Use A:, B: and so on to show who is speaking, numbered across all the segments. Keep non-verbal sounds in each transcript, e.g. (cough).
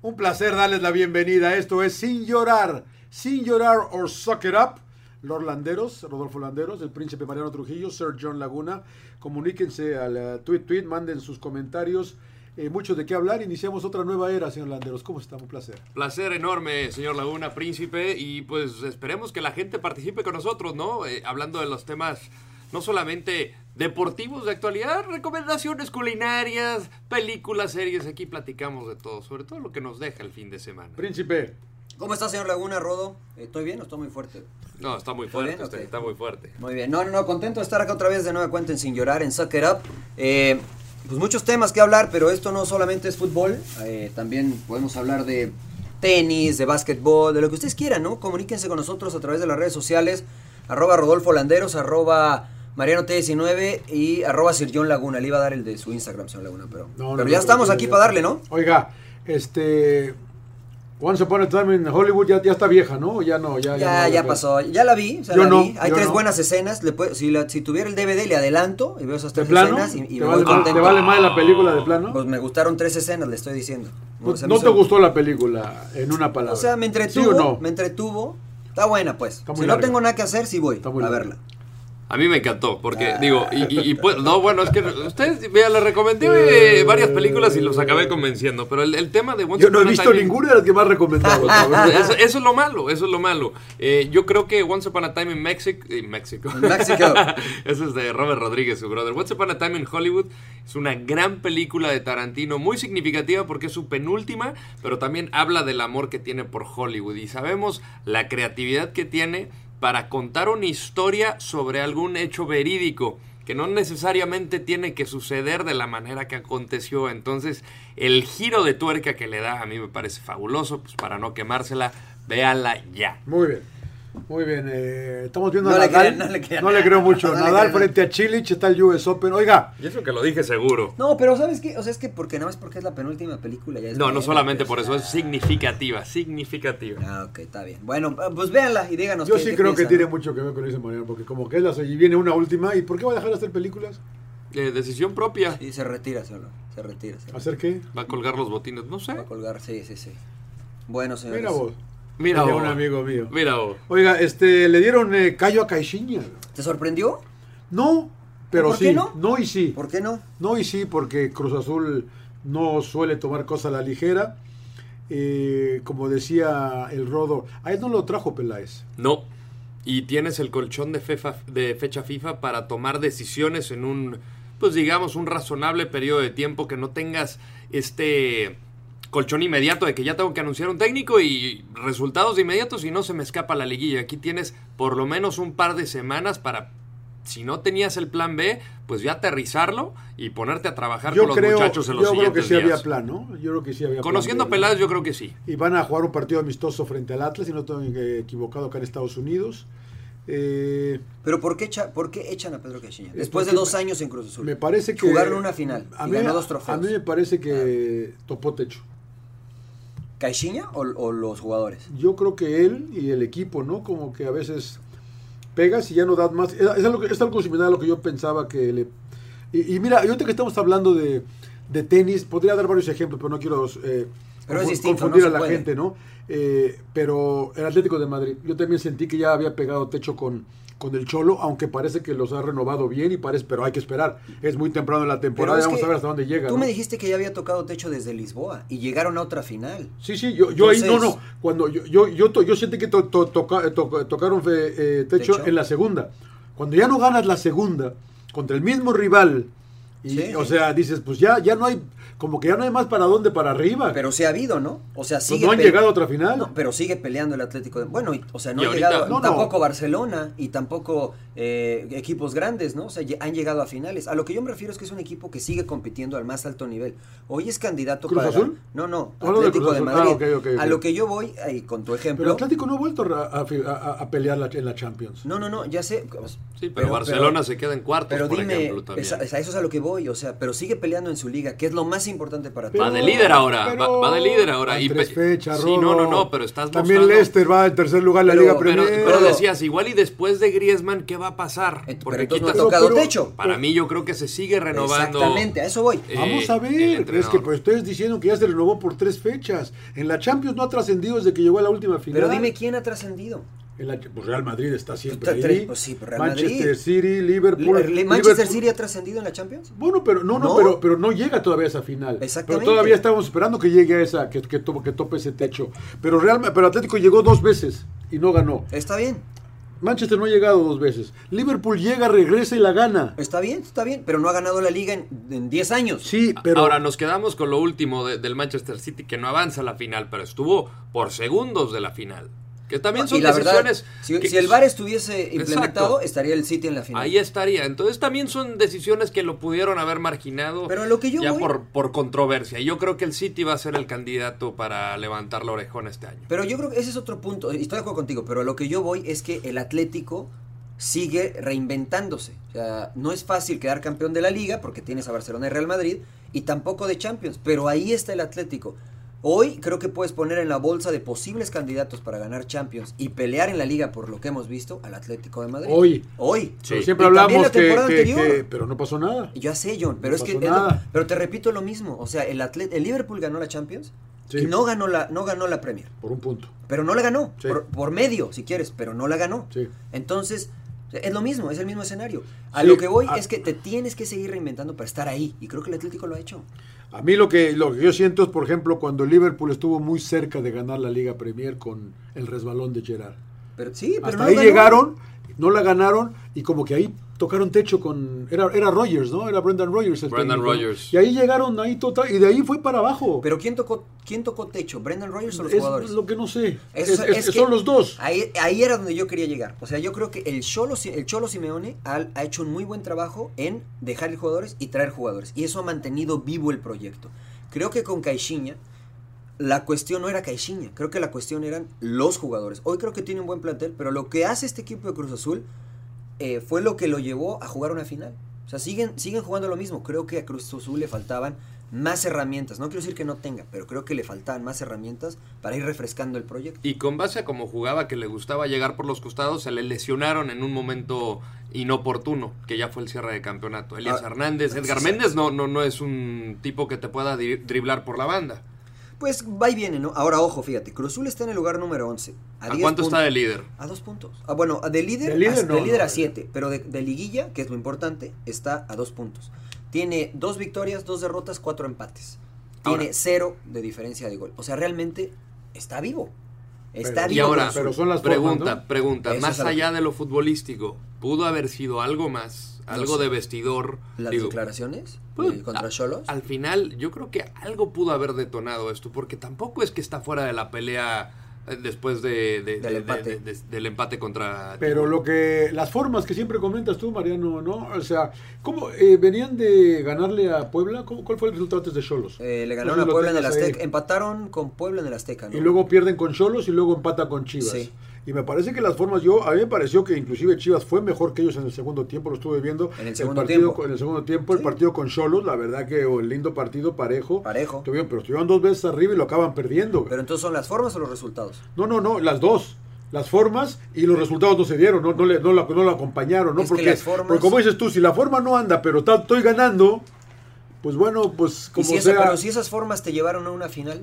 A: Un placer darles la bienvenida. Esto es Sin Llorar, Sin Llorar or Suck It Up. Lord Landeros, Rodolfo Landeros, el príncipe Mariano Trujillo, Sir John Laguna. Comuníquense al uh, tweet, tweet, manden sus comentarios. Eh, mucho de qué hablar. Iniciamos otra nueva era, señor Landeros. ¿Cómo está? Un placer.
B: Placer enorme, señor Laguna, príncipe. Y pues esperemos que la gente participe con nosotros, ¿no? Eh, hablando de los temas no solamente deportivos de actualidad, recomendaciones culinarias, películas, series. Aquí platicamos de todo, sobre todo lo que nos deja el fin de semana.
A: Príncipe.
C: ¿Cómo está, señor Laguna, Rodo? Eh, ¿Estoy bien o estoy muy fuerte?
B: No, está muy fuerte, está,
C: ok.
B: está muy fuerte.
C: Muy bien. No, no, no, contento de estar acá otra vez de nueva cuenta en Sin Llorar, en Suck It Up. Eh, pues muchos temas que hablar, pero esto no solamente es fútbol. eh, también podemos hablar de tenis, de básquetbol, de lo que ustedes quieran, ¿no? Comuníquense con nosotros a través de las redes sociales. Arroba Rodolfo Landeros, arroba Mariano T19 y arroba Sir John Laguna. Le iba a dar el de su Instagram, señor Laguna, pero,
A: No, no,
C: pero
A: no,
C: ya
A: no,
C: estamos
A: no,
C: aquí
A: ya.
C: para darle, ¿no?
A: Oiga, este. Once Upon a Time in Hollywood ya, ya está vieja, ¿no? ¿O Ya no, ya, no
C: Ya,
A: vale
C: ya
A: la
C: pasó, ya la vi, o sea,
A: Yo
C: la
A: no,
C: vi. Hay
A: yo
C: tres
A: no.
C: buenas escenas, le puedo- si, la- si tuviera el DVD le adelanto y veo esas
A: pena. ¿De
C: tres
A: plano?
C: escenas y, y
A: ¿Te
C: me
A: vale,
C: voy contento.
A: te vale más la película de plano?
C: Pues me gustaron tres escenas, le estoy diciendo.
A: No,
C: O sea,
A: no
C: me
A: te
C: hizo-
A: gustó la película, en una palabra.
C: O sea, me entretuvo,
A: ¿Sí o no?
C: me entretuvo. Está buena, pues.
A: Está muy
C: si no
A: larga.
C: tengo nada que hacer, sí voy
A: Está
C: a
A: muy larga.
C: verla.
B: A mí me encantó, porque
A: Ah.
B: digo, y, y- y, pues, no, bueno, es que ustedes, vea, les recomendé eh, varias películas y los acabé convenciendo, pero el, el tema de Once
A: Yo no he
B: Upon a
A: visto
B: Time in-
A: ninguna de las que más
C: (laughs)
A: recomendado. (laughs)
B: Eso, eso es lo malo, eso es lo malo. Eh, yo creo que Once Upon a Time in eh, Mexico. En México.
C: En México.
B: (laughs) Eso es de Robert Rodríguez, su brother. Once Upon a Time in Hollywood es una gran película de Tarantino, muy significativa porque es su penúltima, pero también habla del amor que tiene por Hollywood. Y sabemos la creatividad que tiene para contar una historia sobre algún hecho verídico que no necesariamente tiene que suceder de la manera que aconteció. Entonces, el giro de tuerca que le da a mí me parece fabuloso, pues para no quemársela, véala ya.
A: Muy bien. Muy bien, eh, estamos viendo
C: No
A: a
C: le
A: Nadal.
C: creo, no le creo.
A: creo mucho.
C: No le
A: Nadal
C: creo, no.
A: frente a Chilich está el US Open. Oiga,
B: Y eso que lo dije seguro.
C: No, pero ¿sabes qué? O sea, es que porque nada más porque es la penúltima película. Ya es
B: No, no
C: buena,
B: solamente
C: pues,
B: por eso,
C: ah.
B: es significativa, significativa.
C: Ah, ok, está bien. Bueno, ah, pues véanla y díganos
A: yo
C: qué-
A: sí
C: qué
A: creo que
C: piensan,
A: tiene
C: ¿no?
A: mucho que ver con ese Mariano, porque como que es la y viene una última. ¿Y por qué va a dejar de hacer películas?
B: Eh, decisión propia.
C: Sí, se retira solo, se retira. Se
A: ¿Hacer qué?
B: Va a colgar los botines, no
C: Va a
B: sé.
C: colgar, sí, sí, sí. Bueno, señores.
A: Mira vos.
B: Mira,
A: Tenía
B: vos.
A: un amigo mío.
B: Mira, oh. vos.
A: Oiga, este, le dieron eh, callo a Caixinha.
C: ¿Te sorprendió?
A: No, pero
C: ¿Por
A: sí.
C: qué no?
A: y sí.
C: ¿Por qué no?
A: No y sí, porque Cruz Azul no suele tomar cosas a la ligera. Eh, como decía el Rodo, a él no lo trajo Peláez.
B: No. Y tienes el colchón de, fefa- de fecha FIFA para tomar decisiones en un, pues digamos, un razonable periodo de tiempo que no tengas este colchón inmediato de que ya tengo que anunciar un técnico y resultados de inmediato si no se me escapa la liguilla. Aquí tienes por lo menos un par de semanas para, si no tenías el plan B, pues ya aterrizarlo y ponerte a trabajar
A: Yo
B: con los
A: creo,
B: muchachos en los
A: yo creo que
B: siguientes
A: sí había
B: días.
A: plan, ¿no? Yo creo que sí había plan
B: Conociendo a
A: de-
B: Peláez, yo creo que sí.
A: Y van a jugar un partido amistoso frente al Atlas, si no estoy eh, equivocado, acá en Estados Unidos. Eh,
C: ¿Pero por qué, echa- por qué echan a Pedro Caixinha?
A: Eh,
C: Después de
A: porque
C: dos años en Cruz Azul.
A: me parece que...
C: Jugaron una final
A: A
C: y
A: mí,
C: ganó dos trofeos.
A: a mí me parece que topó techo.
C: ¿Caixinha o, o los jugadores?
A: Yo creo que él y el equipo, ¿no? Como que a veces pegas y ya no das más. Es, es algo, que- es algo similar a lo que yo pensaba que le... Y, y mira, yo que estamos hablando de, de tenis, podría dar varios ejemplos, pero no quiero eh,
C: Pero es
A: confu-
C: distinto,
A: confundir
C: no
A: a
C: se
A: la
C: puede.
A: gente, ¿no? Eh, pero el Atlético de Madrid, yo también sentí que ya había pegado techo con, con el Cholo, aunque parece que los ha renovado bien, y parece, pero hay que esperar. Es muy temprano en la temporada,
C: Pero es
A: vamos
C: que
A: a ver hasta dónde llega.
C: Tú
A: ¿no?
C: me dijiste que ya había tocado techo desde Lisboa y llegaron a otra final.
A: Sí, sí, yo, yo ahí no,
C: Entonces-
A: no. Cuando yo, yo, yo, to- yo sentí que to- to- toca- eh, to- tocaron fe- eh, techo,
C: Techo.
A: en la segunda. Cuando ya no ganas la segunda contra el mismo rival, y,
C: Sí,
A: o
C: sí.
A: sea, dices, pues ya, ya no hay, como que ya no hay más para dónde para arriba.
C: Pero sí ha habido, ¿no? O sea,
A: Pues
C: sigue
A: no han
C: pe-
A: llegado a otra final.
C: No, pero sigue peleando el Atlético de... Bueno, y- o sea, no
B: Y
C: ha
B: ahorita-
C: llegado
A: No, no.
C: tampoco Barcelona y tampoco eh, equipos grandes, ¿no? O sea, lle- han llegado a finales. A lo que yo me refiero es que es un equipo que sigue compitiendo al más alto nivel. Hoy es candidato
A: ¿Cruz
C: para...
A: Azul?
C: No, no,
A: Hablo de
C: Atlético
A: Cruz
C: de,
A: Azul.
C: Madrid.
A: Ah, ok, ok, ok.
C: A lo que yo voy, ahí, con tu ejemplo...
A: Pero Atlético no ha vuelto a, a- a- a pelear la- en la Champions.
C: No, no, no, ya sé. pues,
B: Sí, pero, Barcelona se queda en cuartos,
C: Pero
B: por
C: dime,
B: ejemplo, también.
C: esa- esa- eso es a lo que voy, o sea, pero sigue peleando en su liga, que es lo más importante para ti.
A: Pero-
B: va de líder ahora, va-
A: pero-
B: va, de líder ahora.
A: Van
B: Y
A: tres
B: pe-
A: fechas,
B: sí,
A: Rodo.
B: no, no, no, pero estás
A: También
B: mostrando-
A: Leicester va en tercer lugar en la
C: Pero-
A: Liga
B: Pero,
A: Premier.
B: pero
C: Pero-
B: decías, igual y después de Griezmann, ¿qué va a pasar?
C: Ent-
B: Porque
C: pero entonces no ha
B: quitas-
A: toca-
C: tocado
A: pero-
C: techo.
B: Para mí yo creo que se sigue renovando.
C: Exactamente, a eso voy.
B: eh,
A: Vamos a
B: el
A: ver, es
B: entrenador.
A: que pues ustedes diciendo que ya se renovó por tres fechas. En la Champions no ha trascendido desde que llegó a la última final.
C: Pero dime quién ha trascendido.
A: En la- pues, Real Madrid está siempre
C: Puta,
A: ahí.
C: tres- pues sí, pero Real
A: Manchester
C: Madrid.
A: City, Liverpool.
C: Le- le- ¿Manchester
A: Liverpool-
C: City ha trascendido en la Champions?
A: Bueno, pero no, no,
C: ¿No?
A: Pero, pero no llega todavía a esa final.
C: Exactamente.
A: Pero todavía estamos esperando que llegue a esa, que, que, to- que tope ese techo. Pero Real, Ma- pero Atlético llegó dos veces y no ganó.
C: Está bien,
A: Manchester no ha llegado dos veces. Liverpool llega, regresa y la gana.
C: está bien, está bien, pero no ha ganado la liga en en 10 años.
A: Sí, pero
B: Ahora nos quedamos con lo último de- del Manchester City que no avanza a la final, pero estuvo por segundos de la final. Que también son
C: y la verdad,
B: decisiones.
C: si,
B: que-
C: si el VAR estuviese implementado,
B: Exacto.
C: estaría el City en la final.
B: Ahí estaría. Entonces también son decisiones que lo pudieron haber marginado
C: Pero a lo que yo
B: ya
C: voy-
B: por, por controversia. Yo creo que el City va a ser el candidato para levantar la orejona este año.
C: Pero yo creo que ese es otro punto, y estoy de acuerdo contigo, pero a lo que yo voy es que el Atlético sigue reinventándose. O sea, no es fácil quedar campeón de la liga porque tienes a Barcelona y Real Madrid y tampoco de Champions, pero ahí está el Atlético. Hoy creo que puedes poner en la bolsa de posibles candidatos para ganar Champions y pelear en la liga por lo que hemos visto al Atlético de Madrid.
A: Hoy.
C: Hoy.
A: pero
B: Sí.
A: siempre
C: Y también
A: hablamos
C: la
A: que,
C: temporada
A: que-
C: anterior.
A: que- pero no pasó nada.
C: Ya sé, John, pero
A: No
C: es que
A: pasó
C: es lo-
A: nada.
C: pero te repito lo mismo, o sea, el Atlet- el Liverpool ganó la Champions
A: Sí.
C: y no ganó la no ganó la Premier,
A: Por un punto.
C: pero no la ganó
A: Sí.
C: por, por medio, si quieres, pero no la ganó.
A: Sí.
C: Entonces, es lo mismo, es el mismo escenario. A
A: Sí,
C: lo que voy
A: a-
C: es que te tienes que seguir reinventando para estar ahí y creo que el Atlético lo ha hecho.
A: A mí lo que, lo que yo siento es, por ejemplo, cuando el Liverpool estuvo muy cerca de ganar la Liga Premier con el resbalón de Gerard.
C: Pero sí, pero
A: Hasta
C: no
A: ahí
C: ganó.
A: llegaron, no la ganaron y como que ahí tocaron techo con... Era, era Rogers, ¿no? Era Brendan Rogers. el
B: Brendan
A: técnico.
B: Rodgers.
A: Y ahí llegaron ahí total y de ahí fue para abajo.
C: Pero quién tocó quién tocó techo, Brendan Rodgers o los
A: es
C: jugadores?
A: lo que no sé.
C: Eso-
A: Es- es-
C: es que
A: son los dos.
C: Ahí, ahí era donde yo quería llegar. O sea, yo creo que el Cholo, Si- el Cholo Simeone ha, ha hecho un muy buen trabajo en dejar jugadores y traer jugadores. Y eso ha mantenido vivo el proyecto. Creo que con Caixinha, la cuestión no era Caixinha. Creo que la cuestión eran los jugadores. Hoy creo que tiene un buen plantel, pero lo que hace este equipo de Cruz Azul eh, fue lo que lo llevó a jugar una final. O sea, siguen, siguen jugando lo mismo. Creo que a Cruz Azul le faltaban más herramientas. No quiero decir que no tenga, pero creo que le faltaban más herramientas para ir refrescando el proyecto.
B: Y con base a cómo jugaba, que le gustaba llegar por los costados, se le lesionaron en un momento inoportuno, que ya fue el cierre de campeonato. Elías
C: Ah,
B: Hernández, Edgar
C: sí.
B: Méndez no, no, no es un tipo que te pueda dri- driblar por la banda.
C: Pues va y viene, ¿no? Ahora, ojo, fíjate, Cruzul está en el lugar número 11. ¿A,
B: ¿A
C: 10
B: cuánto
C: puntos.
B: está de líder?
C: A dos puntos. Ah, bueno, de líder,
A: De líder
C: a,
A: no,
C: de líder
A: no,
C: a
A: no.
C: siete, pero de, de liguilla, que es lo importante, está a dos puntos. Tiene dos victorias, dos derrotas, cuatro empates. Tiene
B: Ahora.
C: cero de diferencia de gol. O sea, realmente está vivo. Está
A: Pero-
B: Y
C: vivo.
B: ahora,
C: Cruz
A: pero
C: Azul.
A: son las formas,
B: pregunta,
A: ¿no?
B: pregunta,
C: Eso
B: más
C: es algo.
B: allá de lo futbolístico, ¿pudo haber sido algo más?
C: No
B: Algo
C: sé.
B: de vestidor.
C: las
B: Digo,
C: declaraciones
B: pues,
C: eh, contra
B: a-
C: Cholos.
B: Al final, yo creo que algo pudo haber detonado esto, porque tampoco es que está fuera de la pelea eh, después de, de-
C: Del
B: de- de-
C: empate.
B: de- del empate contra...
A: Pero lo que las formas que siempre comentas tú, Mariano, ¿no? O sea, ¿cómo eh, venían de ganarle a Puebla? ¿Cómo- ¿Cuál fue el resultado antes de Cholos?
C: Eh, le ganaron a
A: Entonces, Pues, lo
C: Puebla en el
A: tienes ahí.
C: Azteca. Empataron con Puebla en el Azteca, ¿no?
A: Y luego pierden con Cholos y luego empata con Chivas.
C: Sí.
A: Y me parece que las formas, yo a mí me pareció que inclusive Chivas fue mejor que ellos en el segundo tiempo, lo estuve viendo.
C: En el segundo
A: partido,
C: tiempo.
A: con- En el segundo tiempo, el
C: Sí.
A: partido con Cholos, la verdad que oh, lindo partido, parejo.
C: Parejo.
A: Estuvieron- pero estuvieron dos veces arriba y lo acaban perdiendo. güey.
C: Pero entonces son las formas o los resultados.
A: No, no, no, las dos. Las formas y los resultados no se dieron, no, no, le- no, la- no lo acompañaron, ¿no?
C: Es que
A: porque,
C: las formas-
A: porque como dices tú, si la forma no anda, pero ta- estoy ganando, pues bueno, pues
C: Y
A: como
C: si esa-
A: sea.
C: pero si esas formas te llevaron a una final,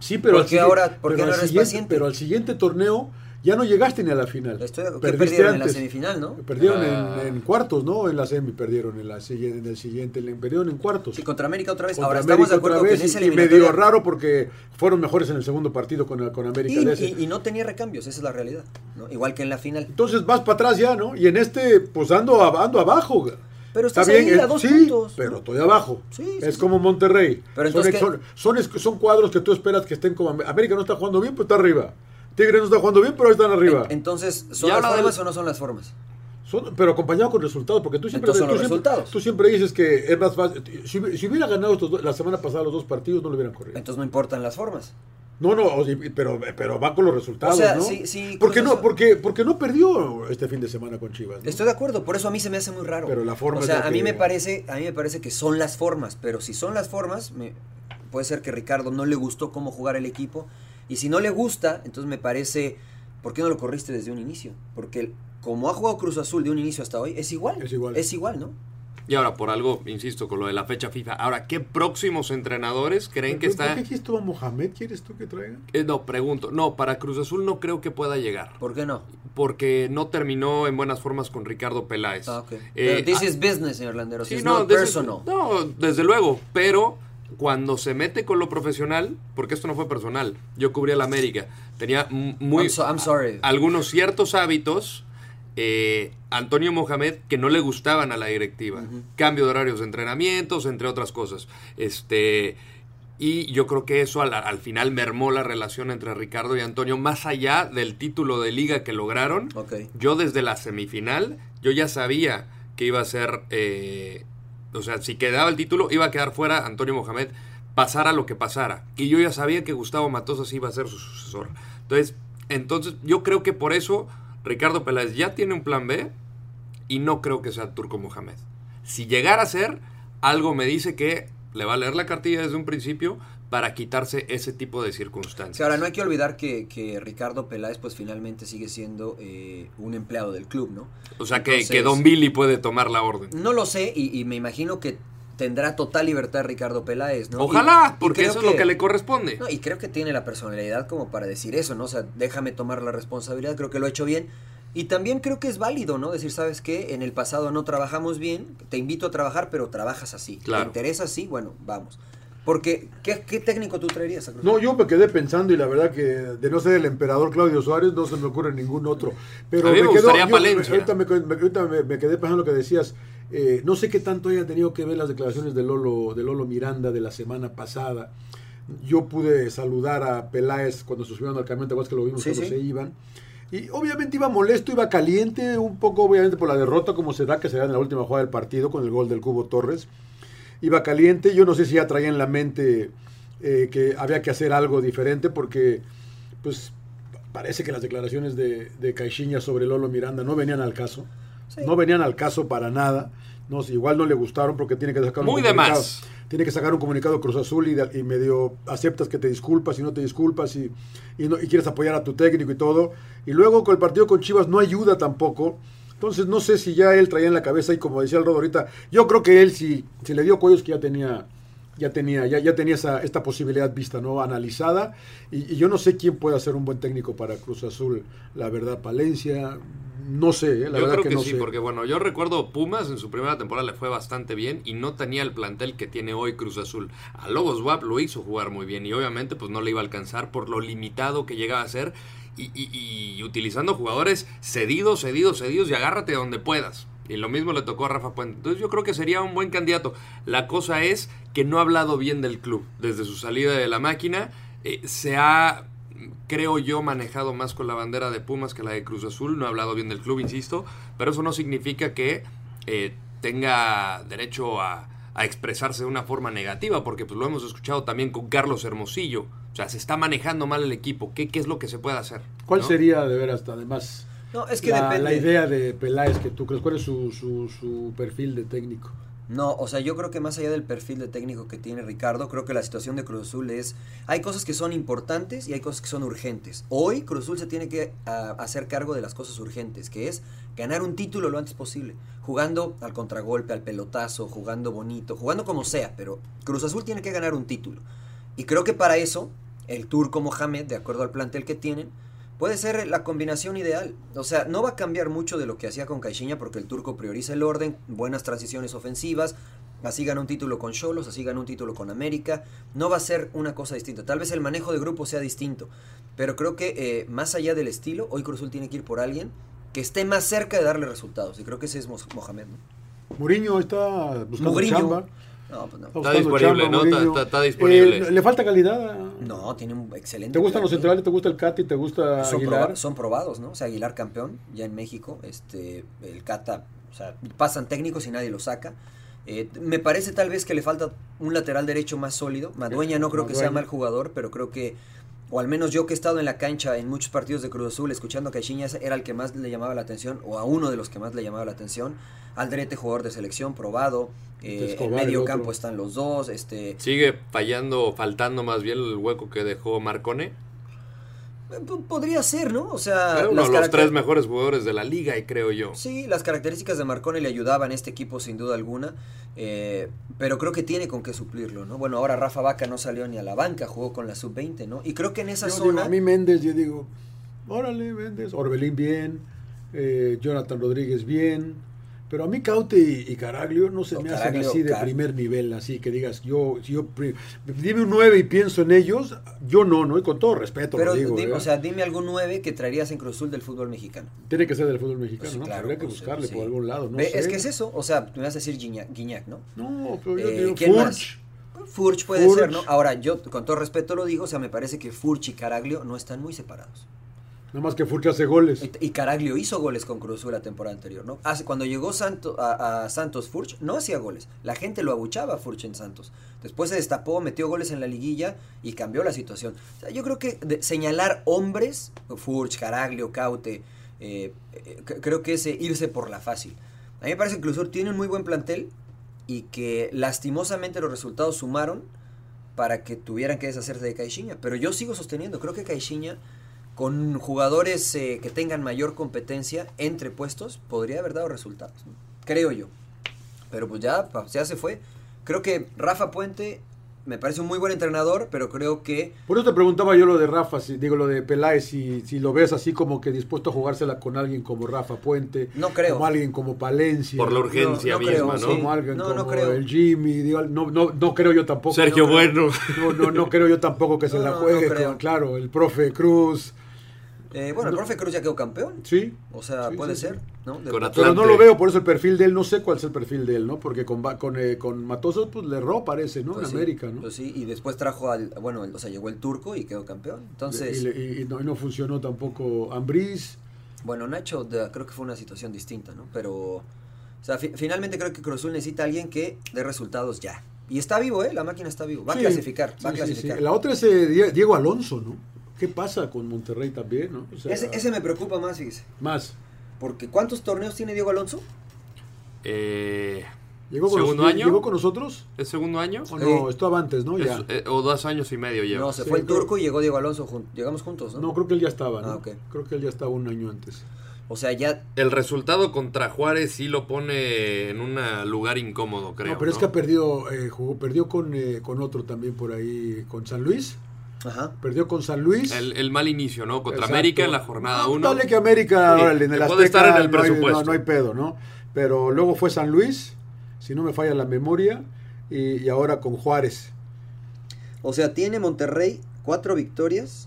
A: sí, pero
C: ¿por
A: al
C: qué
A: sigui-
C: ahora- por qué
A: pero
C: no
A: al
C: eres
A: siguiente-
C: paciente?
A: Pero al siguiente torneo ya no llegaste ni a la final.
C: Estoy de acuerdo. ¿Qué
A: Perdiste
C: perdieron en la
A: antes.
C: semifinal, no?
A: Perdieron
B: Ah.
A: en, en cuartos, ¿no? En la semi perdieron, en, la, sigui- en el siguiente, le- perdieron en cuartos.
C: Sí, contra América otra vez.
A: Contra
C: Ahora
A: América
C: estamos de acuerdo
A: otra
C: que
A: vez
C: en esa
A: y- y
C: eliminatoria.
A: medio raro porque fueron mejores en el segundo partido con, con América. de ese.
C: Y, y- y no tenía recambios, esa es la realidad. ¿no? Igual que en la final.
A: Entonces vas para atrás ya, ¿no? Y en este, pues ando, a- ando abajo. güey.
C: Pero estás ahí,
A: eh,
C: a dos
A: sí,
C: puntos.
A: pero estoy abajo.
C: Sí, sí,
A: es
C: sí.
A: como Monterrey.
C: Pero
A: son,
C: entonces,
A: ex-
C: ¿qué?
A: son, son es- son cuadros que tú esperas que estén como... Am- América no está jugando bien, pero está arriba. Tigre no está jugando bien, pero ahí están arriba.
C: En- Entonces,
B: Y
C: ¿son las
B: habla del-
C: formas o no son las formas?
A: Son- pero acompañado con resultados, porque tú siempre,
C: Entonces son
A: tú
C: los
A: siempre-
C: resultados.
A: tú siempre dices que es más fácil. Si, hubi- si hubiera ganado estos dos- la semana pasada los dos partidos, no lo hubieran corrido.
C: Entonces no importan las formas.
A: No, no, o sea, pero, pero va con los resultados,
C: O sea,
A: ¿no?
C: sí, sí,
A: ¿Por qué
C: con
A: no?
C: eso-
A: Porque, porque no perdió este fin de semana con Chivas. ¿no?
C: Estoy de acuerdo, por eso a mí se me hace muy raro.
A: Pero la forma
C: O
A: es
C: sea,
A: la
C: a mí
A: que-
C: me parece, a mí me parece que son las formas, pero si son las formas, me- puede ser que Ricardo no le gustó cómo jugar el equipo y si no le gusta, entonces me parece, ¿por qué no lo corriste desde un inicio? Porque el- como ha jugado Cruz Azul de un inicio hasta hoy, es igual.
A: Es igual.
C: Es igual, ¿no?
B: Y ahora, por algo, insisto, con lo de la fecha FIFA. Ahora, ¿qué próximos entrenadores creen que
A: ¿Por-
B: está...?
A: ¿Por qué aquí estuvo Mohamed? ¿Quieres tú que traiga?
B: Eh, no, pregunto. No, para Cruz Azul no creo que pueda llegar.
C: ¿Por qué no?
B: Porque no terminó en buenas formas con Ricardo Peláez.
C: Ah, ok.
B: Eh,
C: Pero this
B: ah,
C: is business, señor Landero.
B: sí,
C: it's
B: no,
C: not
B: desde-
C: personal.
B: no, desde luego. Pero cuando se mete con lo profesional, porque esto no fue personal, yo cubría la América. Tenía m- muy...
C: I'm so- I'm sorry.
B: algunos ciertos hábitos eh, Antonio Mohamed que no le gustaban a la directiva. Cambio de horarios de entrenamientos, entre otras cosas. Este, y yo creo que eso al, al final mermó la relación entre Ricardo y Antonio, más allá del título de liga que lograron.
C: Ok.
B: Yo desde la semifinal, yo ya sabía que iba a ser, eh, o sea, si quedaba el título, iba a quedar fuera Antonio Mohamed, pasara lo que pasara. Y yo ya sabía que Gustavo Matosas iba a ser su sucesor. Entonces, entonces yo creo que por eso Ricardo Peláez ya tiene un plan B y no creo que sea Turco Mohamed. Si llegara a ser, algo me dice que le va a leer la cartilla desde un principio para quitarse ese tipo de circunstancias.
C: Sí, ahora no hay que olvidar que, que Ricardo Peláez pues finalmente sigue siendo eh, un empleado del club, ¿no?
B: o sea, que,
C: Entonces-
B: que Don Billy puede tomar la orden.
C: No lo sé y, y me imagino que tendrá total libertad Ricardo Peláez, ¿no? Y-
B: Ojalá,
C: y
B: porque
C: creo
B: eso es lo que le corresponde.
C: No, y creo que tiene la personalidad como para decir eso, ¿no? O sea, déjame tomar la responsabilidad, creo que lo he hecho bien. Y también creo que es válido, ¿no? Decir, ¿sabes qué? En el pasado no trabajamos bien, te invito a trabajar, pero trabajas así.
B: Claro.
C: ¿Te interesa así? Bueno, vamos. Porque, ¿qué, qué técnico tú traerías a Cruz
A: No, yo me quedé pensando y la verdad que de no ser el emperador Claudio Suárez no se me ocurre ningún otro. Pero
B: A mí me
A: me quedó,
B: gustaría
A: yo-
B: Palencia.
A: ahorita me, me- ahorita me- me quedé pensando lo que decías. eh, no sé qué tanto haya tenido que ver las declaraciones de Lolo, de Lolo Miranda de la semana pasada. Yo pude saludar a Peláez cuando se subieron al camión, te acuerdas que lo vimos
C: Sí,
A: cuando
C: sí.
A: se iban. Y obviamente iba molesto, iba caliente, un poco obviamente por la derrota, como se da que se da en la última jugada del partido con el gol del Cubo Torres iba caliente. Yo no sé si ya traía en la mente eh, que había que hacer algo diferente porque, pues, parece que las declaraciones de, de Caixinha sobre Lolo Miranda no venían al caso.
C: Sí.
A: No venían al caso para nada. No, sé, igual no le gustaron porque tiene que sacar
B: Muy
A: un
B: de
A: comunicado.
B: más.
A: Tiene que sacar un comunicado Cruz Azul y, de- y medio aceptas que te disculpas y no te disculpas y, y no- y quieres apoyar a tu técnico y todo. Y luego con el partido con Chivas no ayuda tampoco. Entonces no sé si ya él traía en la cabeza y como decía el Rodo ahorita, yo creo que él si, si le dio cuellos que ya tenía ya tenía ya, ya tenía esa, esta posibilidad vista, ¿no? Analizada. Y, y yo no sé quién puede ser un buen técnico para Cruz Azul. La verdad, Palencia, no sé, ¿eh? la
B: yo
A: verdad
B: creo
A: que,
B: que,
A: no
B: sí,
A: sé.
B: porque bueno, yo recuerdo Pumas en su primera temporada le fue bastante bien y no tenía el plantel que tiene hoy Cruz Azul. A Lobos WAP lo hizo jugar muy bien y obviamente pues no le iba a alcanzar por lo limitado que llegaba a ser y, y- y utilizando jugadores cedidos, cedidos, cedidos y agárrate donde puedas. Y lo mismo le tocó a Rafa Puente. Entonces yo creo que sería un buen candidato. La cosa es que no ha hablado bien del club. Desde su salida de la máquina eh, se ha creo yo, manejado más con la bandera de Pumas que la de Cruz Azul. No he hablado bien del club, insisto, pero eso no significa que eh, tenga derecho a, a expresarse de una forma negativa, porque pues, lo hemos escuchado también con Carlos Hermosillo. O sea, se está manejando mal el equipo. ¿Qué, qué es lo que se puede hacer?
A: ¿Cuál
B: ¿No?
A: sería de ver hasta además
C: No, es que
A: la,
C: depende.
A: la idea de Peláez que tú crees? ¿Cuál es su, su, su perfil de técnico?
C: No, o sea, yo creo que más allá del perfil de técnico que tiene Ricardo, creo que la situación de Cruz Azul es, hay cosas que son importantes y hay cosas que son urgentes. Hoy Cruz Azul se tiene que a, hacer cargo de las cosas urgentes, que es ganar un título lo antes posible, jugando al contragolpe, al pelotazo, jugando bonito, jugando como sea, pero Cruz Azul tiene que ganar un título. Y creo que para eso, el turco Mohamed, de acuerdo al plantel que tienen, puede ser la combinación ideal. O sea, no va a cambiar mucho de lo que hacía con Caixinha porque el turco prioriza el orden, buenas transiciones ofensivas. Así gana un título con Cholos, así gana un título con América. No va a ser una cosa distinta. Tal vez el manejo de grupo sea distinto. Pero creo que eh, más allá del estilo, hoy Cruzul tiene que ir por alguien que esté más cerca de darle resultados. Y creo que ese es Mos- Mohamed. ¿no?
A: Mourinho está buscando
C: Mourinho.
A: chamba.
C: No, pues no.
A: buscando
B: disponible, ¿no?
A: Mourinho.
B: Está- está- está disponible.
A: Eh, ¿Le falta calidad? a-
C: No, tiene un excelente.
A: ¿Te gustan los
C: plantel.
A: centrales? ¿Te gusta el Cati? ¿Te gusta
C: son,
A: Aguilar?
C: proba- son probados, ¿no? O sea, Aguilar campeón, ya en México, este, el Cata, o sea, pasan técnicos y nadie lo saca. Eh, me parece tal vez que le falta un lateral derecho más sólido. Madueña no creo que sea
A: Madueña.
C: mal jugador, pero creo que o al menos yo que he estado en la cancha en muchos partidos de Cruz Azul escuchando a Caixinha era el que más le llamaba la atención o a uno de los que más le llamaba la atención. Aldrete, jugador de selección, probado. Eh, en
A: Escobar,
C: medio
A: el
C: campo
A: otro.
C: están los dos. Este,
B: Sigue fallando, faltando más bien el hueco que dejó Marcone.
C: eh, p- podría ser, ¿no? O
A: Ah,
C: sea,
B: Era uno de los
C: caracter-
B: tres mejores jugadores de la liga, y creo yo.
C: Sí, las características de Marcone le ayudaban a este equipo sin duda alguna, eh, pero creo que tiene con qué suplirlo, ¿no? Bueno, ahora Rafa Vaca no salió ni a la banca, jugó con la sub-20, ¿no? Y creo que en esa
A: Yo digo,
C: zona...
A: a mí Méndez, yo digo, órale, Méndez, Orbelín bien, eh, Jonathan Rodríguez bien, pero a mí Caute y, y Caraglio no se
C: No,
A: me hacen
C: Caraglio,
A: así de
C: Car-
A: primer nivel, así que digas, yo, si yo pri- dime un 9 y pienso en ellos, yo no, ¿no? Y con todo respeto
C: pero
A: lo digo, ¿eh?
C: dime,
A: ¿verdad?
C: o sea, dime algún 9 que traerías en Cruz Azul del fútbol mexicano.
A: tiene que ser del fútbol mexicano,
C: Pues
A: ¿no?
C: claro,
A: Habría que
C: pues,
A: buscarle
C: sí.
A: por algún lado, no
C: Ve,
A: sé.
C: Es que es eso, o sea, tú me vas a decir Guiñac, Guiñac, ¿no?
A: No, pero yo
C: Eh,
A: digo,
C: ¿quién
A: Furch,
C: más? Furch puede
A: Furch.
C: ser, ¿no? Ahora, yo con todo respeto lo digo, o sea, me parece que Furch y Caraglio no están muy separados.
A: nada más que Furch hace goles.
C: Y, y Caraglio hizo goles con Cruz Azul la temporada anterior, ¿no? Hace, cuando llegó Santo, a, a Santos Furch, no hacía goles. La gente lo abuchaba a Furch en Santos. Después se destapó, metió goles en la liguilla y cambió la situación. O sea, yo creo que de- señalar hombres, Furch, Caraglio, Caute, eh, eh, c- creo que es eh, irse por la fácil. A mí me parece que Cruz Azul tiene un muy buen plantel y que lastimosamente los resultados sumaron para que tuvieran que deshacerse de Caixinha. Pero yo sigo sosteniendo, creo que Caixinha con jugadores eh, que tengan mayor competencia entre puestos, podría haber dado resultados, ¿no? creo yo. Pero pues ya, pa- ya se fue. Creo que Rafa Puente me parece un muy buen entrenador, pero creo que
A: Por eso te preguntaba yo lo de Rafa, si, digo lo de Peláez, si, si lo ves así como que dispuesto a jugársela con alguien como Rafa Puente,
C: No creo.
A: como alguien como Palencia,
B: Por la urgencia
C: No, no creo,
B: misma,
C: sí.
B: ¿no?
A: como alguien
C: No,
A: como
C: no creo.
A: el Jimmy, digo, no, no, no creo yo tampoco.
B: Sergio
A: no,
B: Bueno.
A: No, no, no creo yo tampoco que se
C: No,
A: la
C: no,
A: juegue,
C: no creo.
A: con- claro, el profe Cruz,
C: eh, bueno, el profe Cruz ya quedó campeón.
A: sí.
C: O sea,
A: Sí,
C: puede
A: sí,
C: ser,
A: sí.
C: ¿no? De-
B: Con Atl-
A: Pero no
B: Atlante.
A: lo veo, por eso el perfil de él, no sé cuál es el perfil de él, ¿no? Porque con, Va- con, eh, con Matosos, pues le erró, parece, ¿no?
C: pues
A: en
C: sí,
A: América, ¿no?
C: pues sí, y después trajo al, bueno, el- o sea, llegó el turco y quedó campeón. Entonces,
A: y, le- y- y no, y no funcionó tampoco Ambriz.
C: Bueno, Nacho da- creo que fue una situación distinta, ¿no? Pero, o sea, fi- finalmente creo que Cruz Azul necesita a alguien que dé resultados ya. Y está vivo, ¿eh? La máquina está vivo. Va
A: Sí,
C: a clasificar, va a
A: sí, sí,
C: clasificar.
A: sí. La otra es eh, Die- Diego Alonso, ¿no? ¿Qué pasa con Monterrey también, no? O sea,
C: ese, ese me preocupa más, fíjese.
A: Más.
C: Porque ¿cuántos torneos tiene Diego Alonso?
B: Eh,
A: ¿Llegó con,
B: ¿Segundo
A: nos-
B: año?
A: ¿Llegó con nosotros?
B: ¿Es segundo año?
A: ¿O
C: Sí.
A: no? Esto antes, ¿no? Oh, Ya.
B: Es- eh, o dos años y medio lleva.
C: No, se
A: Sí,
C: fue el
A: creo-
C: turco y llegó Diego Alonso. jun- Llegamos juntos, ¿no?
A: No, creo que él ya estaba, ¿no?
C: Ah, ok.
A: Creo que él ya estaba un año antes.
C: O sea, ya...
B: El resultado contra Juárez sí lo pone en un lugar incómodo, creo.
A: no, pero es
B: ¿no?
A: que ha perdido, eh, jugó, perdió con, eh, con otro también por ahí, con San Luis.
C: Ajá.
A: Perdió con San Luis.
B: el, el mal inicio, ¿no? Contra
A: Exacto.
B: América en la jornada
A: No,
B: 1.
A: Dale que América,
B: Sí,
A: órale, en el
B: que puede
A: Azteca
B: estar en el
A: no hay-
B: presupuesto.
A: no, no hay pedo, ¿no? Pero luego fue San Luis, si no me falla la memoria, y, y ahora con Juárez.
C: O sea, tiene Monterrey cuatro victorias,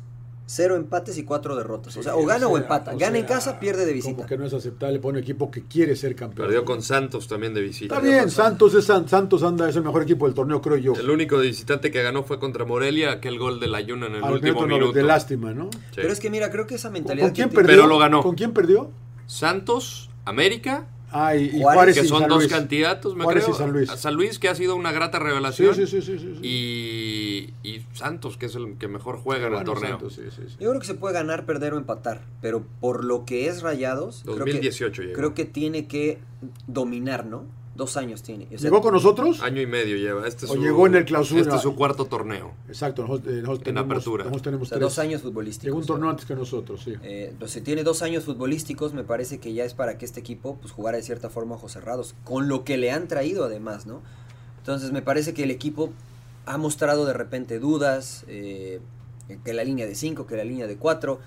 C: cero empates y cuatro derrotas. O sea, o gana o,
A: sea,
C: empata.
A: o
C: Gana en
A: sea,
C: casa, pierde de visita.
A: Como que no es aceptable para un equipo que quiere ser campeón.
B: Perdió con Santos también de visita.
A: Está bien,
C: Santos.
A: Santos es San- Santos anda, es el mejor equipo del torneo, creo yo.
B: El único de visitante que ganó fue contra Morelia, aquel gol de la Yuna en el
A: Al
B: último
A: minuto no-
B: minuto.
A: de lástima, ¿no?
B: Sí.
C: Pero es que mira, creo que esa
A: ¿Con,
C: mentalidad...
A: quién
C: que
A: perdió?
C: tiene-
B: Pero lo ganó.
A: ¿Con quién perdió?
B: Santos, América,
A: Ah, y, y
C: Juárez,
A: Juárez
B: que
A: y
B: son
A: San
B: dos
A: Luis.
B: candidatos, me
A: Juárez
B: creo.
A: y San Luis.
B: A San Luis, que ha sido una grata
A: Sí,
B: revelación.
A: sí, sí, sí, sí, sí.
B: Y, y Santos, que es el que mejor juega en el
A: Bueno,
B: torneo.
A: Santos, sí, sí, sí.
C: Yo creo que se puede ganar, perder o empatar, pero por lo que es Rayados, creo que-
B: 2018
C: creo que,
B: llegó.
C: tiene que dominar, ¿no? Dos años tiene. O sea,
A: ¿Llegó con nosotros?
B: Año y medio lleva. Este es
A: O
B: su-
A: llegó en el clausura.
B: Este es su cuarto torneo.
A: Exacto, nosotros, eh, nosotros
B: En
A: tenemos,
B: apertura.
A: nosotros tenemos
C: o sea,
A: tres.
C: dos años futbolísticos.
A: Llegó un torneo antes que nosotros, sí.
C: Eh, entonces, tiene dos años futbolísticos, me parece que ya es para que este equipo pues, jugara de cierta forma ojos cerrados, con lo que le han traído además, ¿no? Entonces, me parece que el equipo ha mostrado de repente dudas, eh, que la línea de 5, que la línea de 4.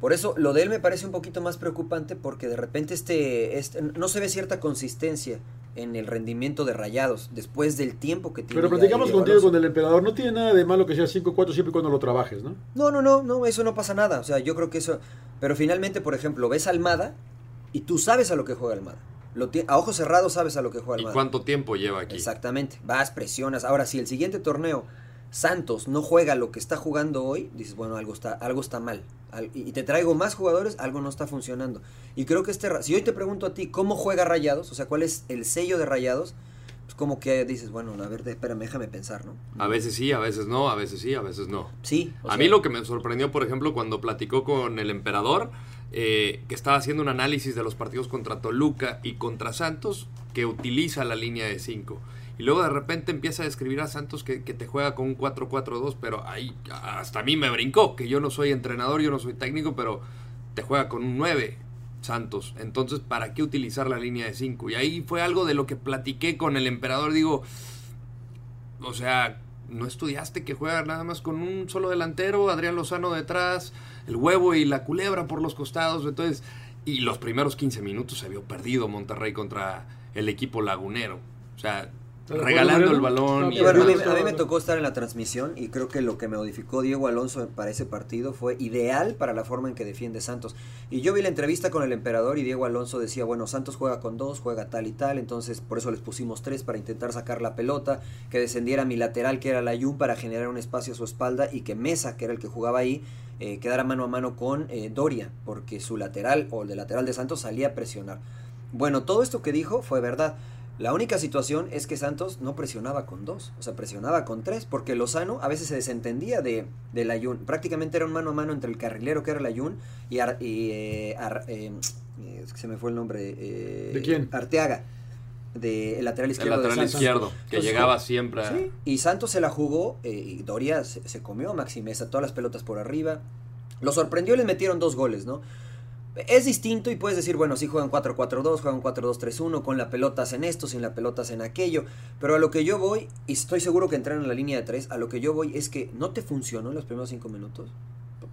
C: Por eso, lo de él me parece un poquito más preocupante porque de repente este, este- no se ve cierta consistencia en el rendimiento de Rayados después del tiempo que tiene.
A: Pero
C: ya
A: platicamos
C: Diego
A: contigo
C: Alonso.
A: con el emperador, no tiene nada de malo que sea 5-4 siempre y cuando lo trabajes, ¿no?
C: No, no, no, no, eso no pasa nada. O sea, yo creo que eso. Pero finalmente, por ejemplo, ves a Almada y tú sabes a lo que juega Almada. Lo ti- a ojos cerrados sabes a lo que juega
B: ¿Y
C: Almada.
B: cuánto tiempo lleva aquí?
C: Exactamente. Vas, presionas. Ahora, si el siguiente torneo Santos no juega lo que está jugando hoy, dices, bueno, algo está, algo está mal. Al- y, y te traigo más jugadores, algo no está funcionando. Y creo que este. Ra- Si hoy te pregunto a ti cómo juega Rayados, o sea, cuál es el sello de Rayados, pues como que dices, bueno, a ver, espérame, déjame pensar, ¿no?
B: A veces sí, a veces no, a veces sí, a veces no.
C: Sí. o
B: a
C: sea,
B: mí lo que me sorprendió, por ejemplo, cuando platicó con el emperador, eh, que estaba haciendo un análisis de los partidos contra Toluca y contra Santos, que utiliza la línea de 5. Y luego de repente empieza a describir a Santos que, que te juega con un 4-4-2, pero ahí hasta a mí me brincó, que yo no soy entrenador, yo no soy técnico, pero te juega con un 9 Santos. Entonces, ¿para qué utilizar la línea de 5? Y ahí fue algo de lo que platiqué con el emperador, digo, o sea, no estudiaste que juega nada más con un solo delantero, Adrián Lozano detrás, el huevo y la culebra por los costados. Entonces, y los primeros 15 minutos se vio perdido Monterrey contra el equipo lagunero. O sea,
A: Pero
B: regalando el
A: bueno,
B: balón.
A: no,
B: y-
A: pero
C: bueno, a, mí,
A: Diego
C: a mí me
A: Alonso-
C: tocó estar en la transmisión y creo que lo que me modificó Diego Alonso para ese partido fue ideal para la forma en que defiende Santos. Y yo vi la entrevista con el emperador y Diego Alonso decía, bueno, Santos juega con dos, juega tal y tal, entonces por eso les pusimos tres para intentar sacar la pelota, que descendiera mi lateral que era la Layún para generar un espacio a su espalda y que Mesa, que era el que jugaba ahí, eh, quedara mano a mano con eh, Doria, porque su lateral o el de lateral de Santos salía a presionar. Bueno, todo esto que dijo fue verdad. La única situación es que Santos no presionaba con dos, o sea, presionaba con tres, porque Lozano a veces se desentendía de, de Layún. Prácticamente era un mano a mano entre el carrilero que era Layún y, Ar- y, eh, Ar- eh, es que se me fue el nombre. eh,
A: ¿De quién?
C: Arteaga, de, el lateral
B: el
C: izquierdo. de
B: lateral
C: Santos.
B: izquierdo, que
C: Entonces,
B: llegaba siempre. a-
C: Sí, y Santos se la jugó eh, y Doria se, se comió a Maximeza, todas las pelotas por arriba. Lo sorprendió y les metieron dos goles, ¿no? Es distinto y puedes decir, bueno, sí juegan 4-4-2, juegan 4-2-3-1, con la pelota hacen esto, sin la pelota hacen aquello. Pero a lo que yo voy, y estoy seguro que entraron en la línea de tres, a lo que yo voy es que no te funcionó en los primeros cinco minutos.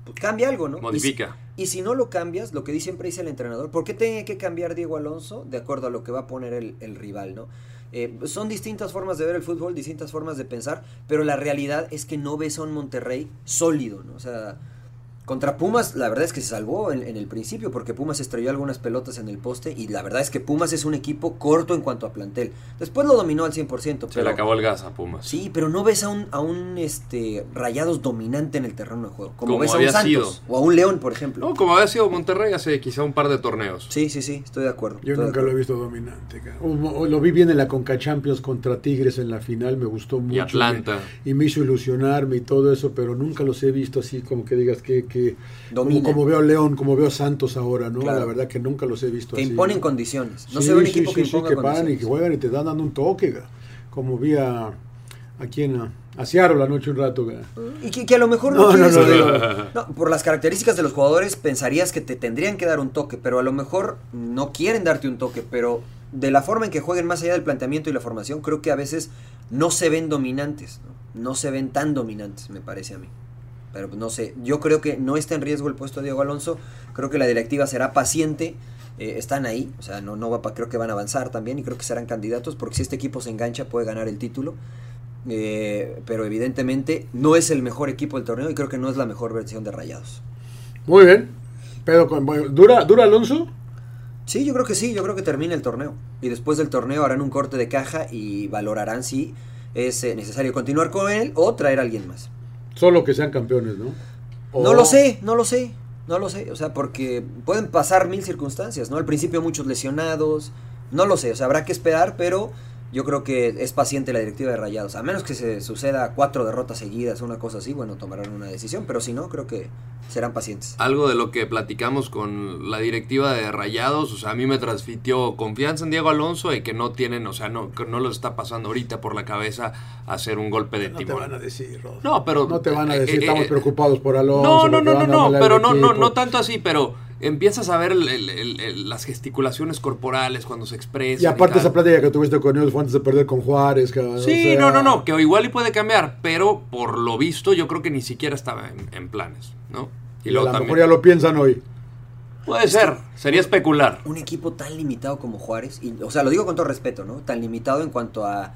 C: Pues Cambia algo, ¿no? Y si-
B: Modifica.
C: y si no lo cambias, lo que di- siempre dice el entrenador, ¿por qué tiene que cambiar Diego Alonso de acuerdo a lo que va a poner el, el rival, no? Eh, son distintas formas de ver el fútbol, distintas formas de pensar, pero la realidad es que no ves a un Monterrey sólido, ¿no? O sea, contra Pumas, la verdad es que se salvó en, en el principio, porque Pumas estrelló algunas pelotas en el poste, y la verdad es que Pumas es un equipo corto en cuanto a plantel. Después lo dominó al 100%,
B: Se
C: pero...
B: le acabó el gas a Pumas.
C: Sí, pero no ves a un, a un este, Rayados dominante en el terreno de juego, como,
B: Como
C: ves a un
B: había
C: Santos
B: sido.
C: o a un León, por ejemplo.
B: No, como había sido Monterrey hace quizá un par de torneos.
C: Sí, sí, sí, estoy de acuerdo.
A: Yo
C: estoy de
A: nunca lo he
C: acuerdo.
A: visto dominante. cara. O- o Lo vi bien en la Conca Champions contra Tigres en la final, me gustó mucho.
B: Y Atlanta.
A: y me hizo ilusionarme y todo eso, pero nunca los he visto así como que digas que, que como,
C: Domina.
A: como veo a León, como veo a Santos ahora, ¿no?
C: Claro.
A: La verdad que nunca los he visto
C: Que
A: así.
C: imponen condiciones. No
A: Sí,
C: se ve un
A: sí,
C: equipo
A: sí,
C: que
A: sí,
C: imponga
A: que paran y
C: condiciones.
A: que juegan y te dan dando un toque, cara. como vi a, a quién, a, a Seattle la noche un rato. cara.
C: Y que, que a lo mejor no,
A: No, no,
C: tienes
A: no,
C: que-
A: no,
C: No, por las características de los jugadores pensarías que te tendrían que dar un toque, pero a lo mejor no quieren darte un toque, pero de la forma en que jueguen más allá del planteamiento y la formación, creo que a veces no se ven dominantes, no, No se ven tan dominantes, me parece a mí. Pero pues, no sé, yo creo que no está en riesgo el puesto de Diego Alonso, creo que la directiva será paciente, eh, están ahí, o sea, no, no va pa- creo que van a avanzar también y creo que serán candidatos, porque si este equipo se engancha puede ganar el título. Eh, pero evidentemente no es el mejor equipo del torneo y creo que no es la mejor versión de Rayados.
A: Muy bien. Pero con, bueno, ¿dura, ¿Dura Alonso?
C: Sí, yo creo que sí, yo creo que termina el torneo. Y después del torneo harán un corte de caja y valorarán si es eh, necesario continuar con él o traer a alguien más.
A: Solo que sean campeones, ¿no? O-
C: No lo sé, no lo sé, no lo sé. O sea, porque pueden pasar mil circunstancias, ¿no? Al principio muchos lesionados, no lo sé. O sea, habrá que esperar, pero yo creo que es paciente la directiva de Rayados. A menos que se suceda cuatro derrotas seguidas, una cosa así, bueno, tomarán una decisión. Pero si no, creo que serán pacientes.
B: algo de lo que platicamos con la directiva de Rayados, o sea, a mí me transmitió confianza en Diego Alonso y que no tienen, o sea, no, que no lo está pasando ahorita por la cabeza hacer un golpe de
A: No te
B: timón.
A: van a decir, Rod.
B: No, pero
A: No te van a
B: eh,
A: decir,
B: eh,
A: estamos
B: eh,
A: preocupados por Alonso.
B: No, no,
A: porque
B: no,
A: van
B: no,
A: a
B: no,
A: hablar
B: pero
A: del
B: no, no,
A: equipo.
B: no tanto así, pero empiezas a ver el- el- el- el- las gesticulaciones corporales cuando se expresan.
A: Y aparte
B: tal.
A: esa plática que tuviste con ellos fue antes de perder con Juárez. cabrón,
B: Sí,
A: o sea,
B: no, no, no, que igual y puede cambiar, pero por lo visto yo creo que ni siquiera estaba en, en planes, ¿no? Y
A: y a lo
B: luego
A: mejor ya
B: también.
A: lo piensan hoy.
B: Puede ser, sería especular.
C: un equipo tan limitado como Juárez, y, o sea, lo digo con todo respeto, ¿no? Tan limitado en cuanto a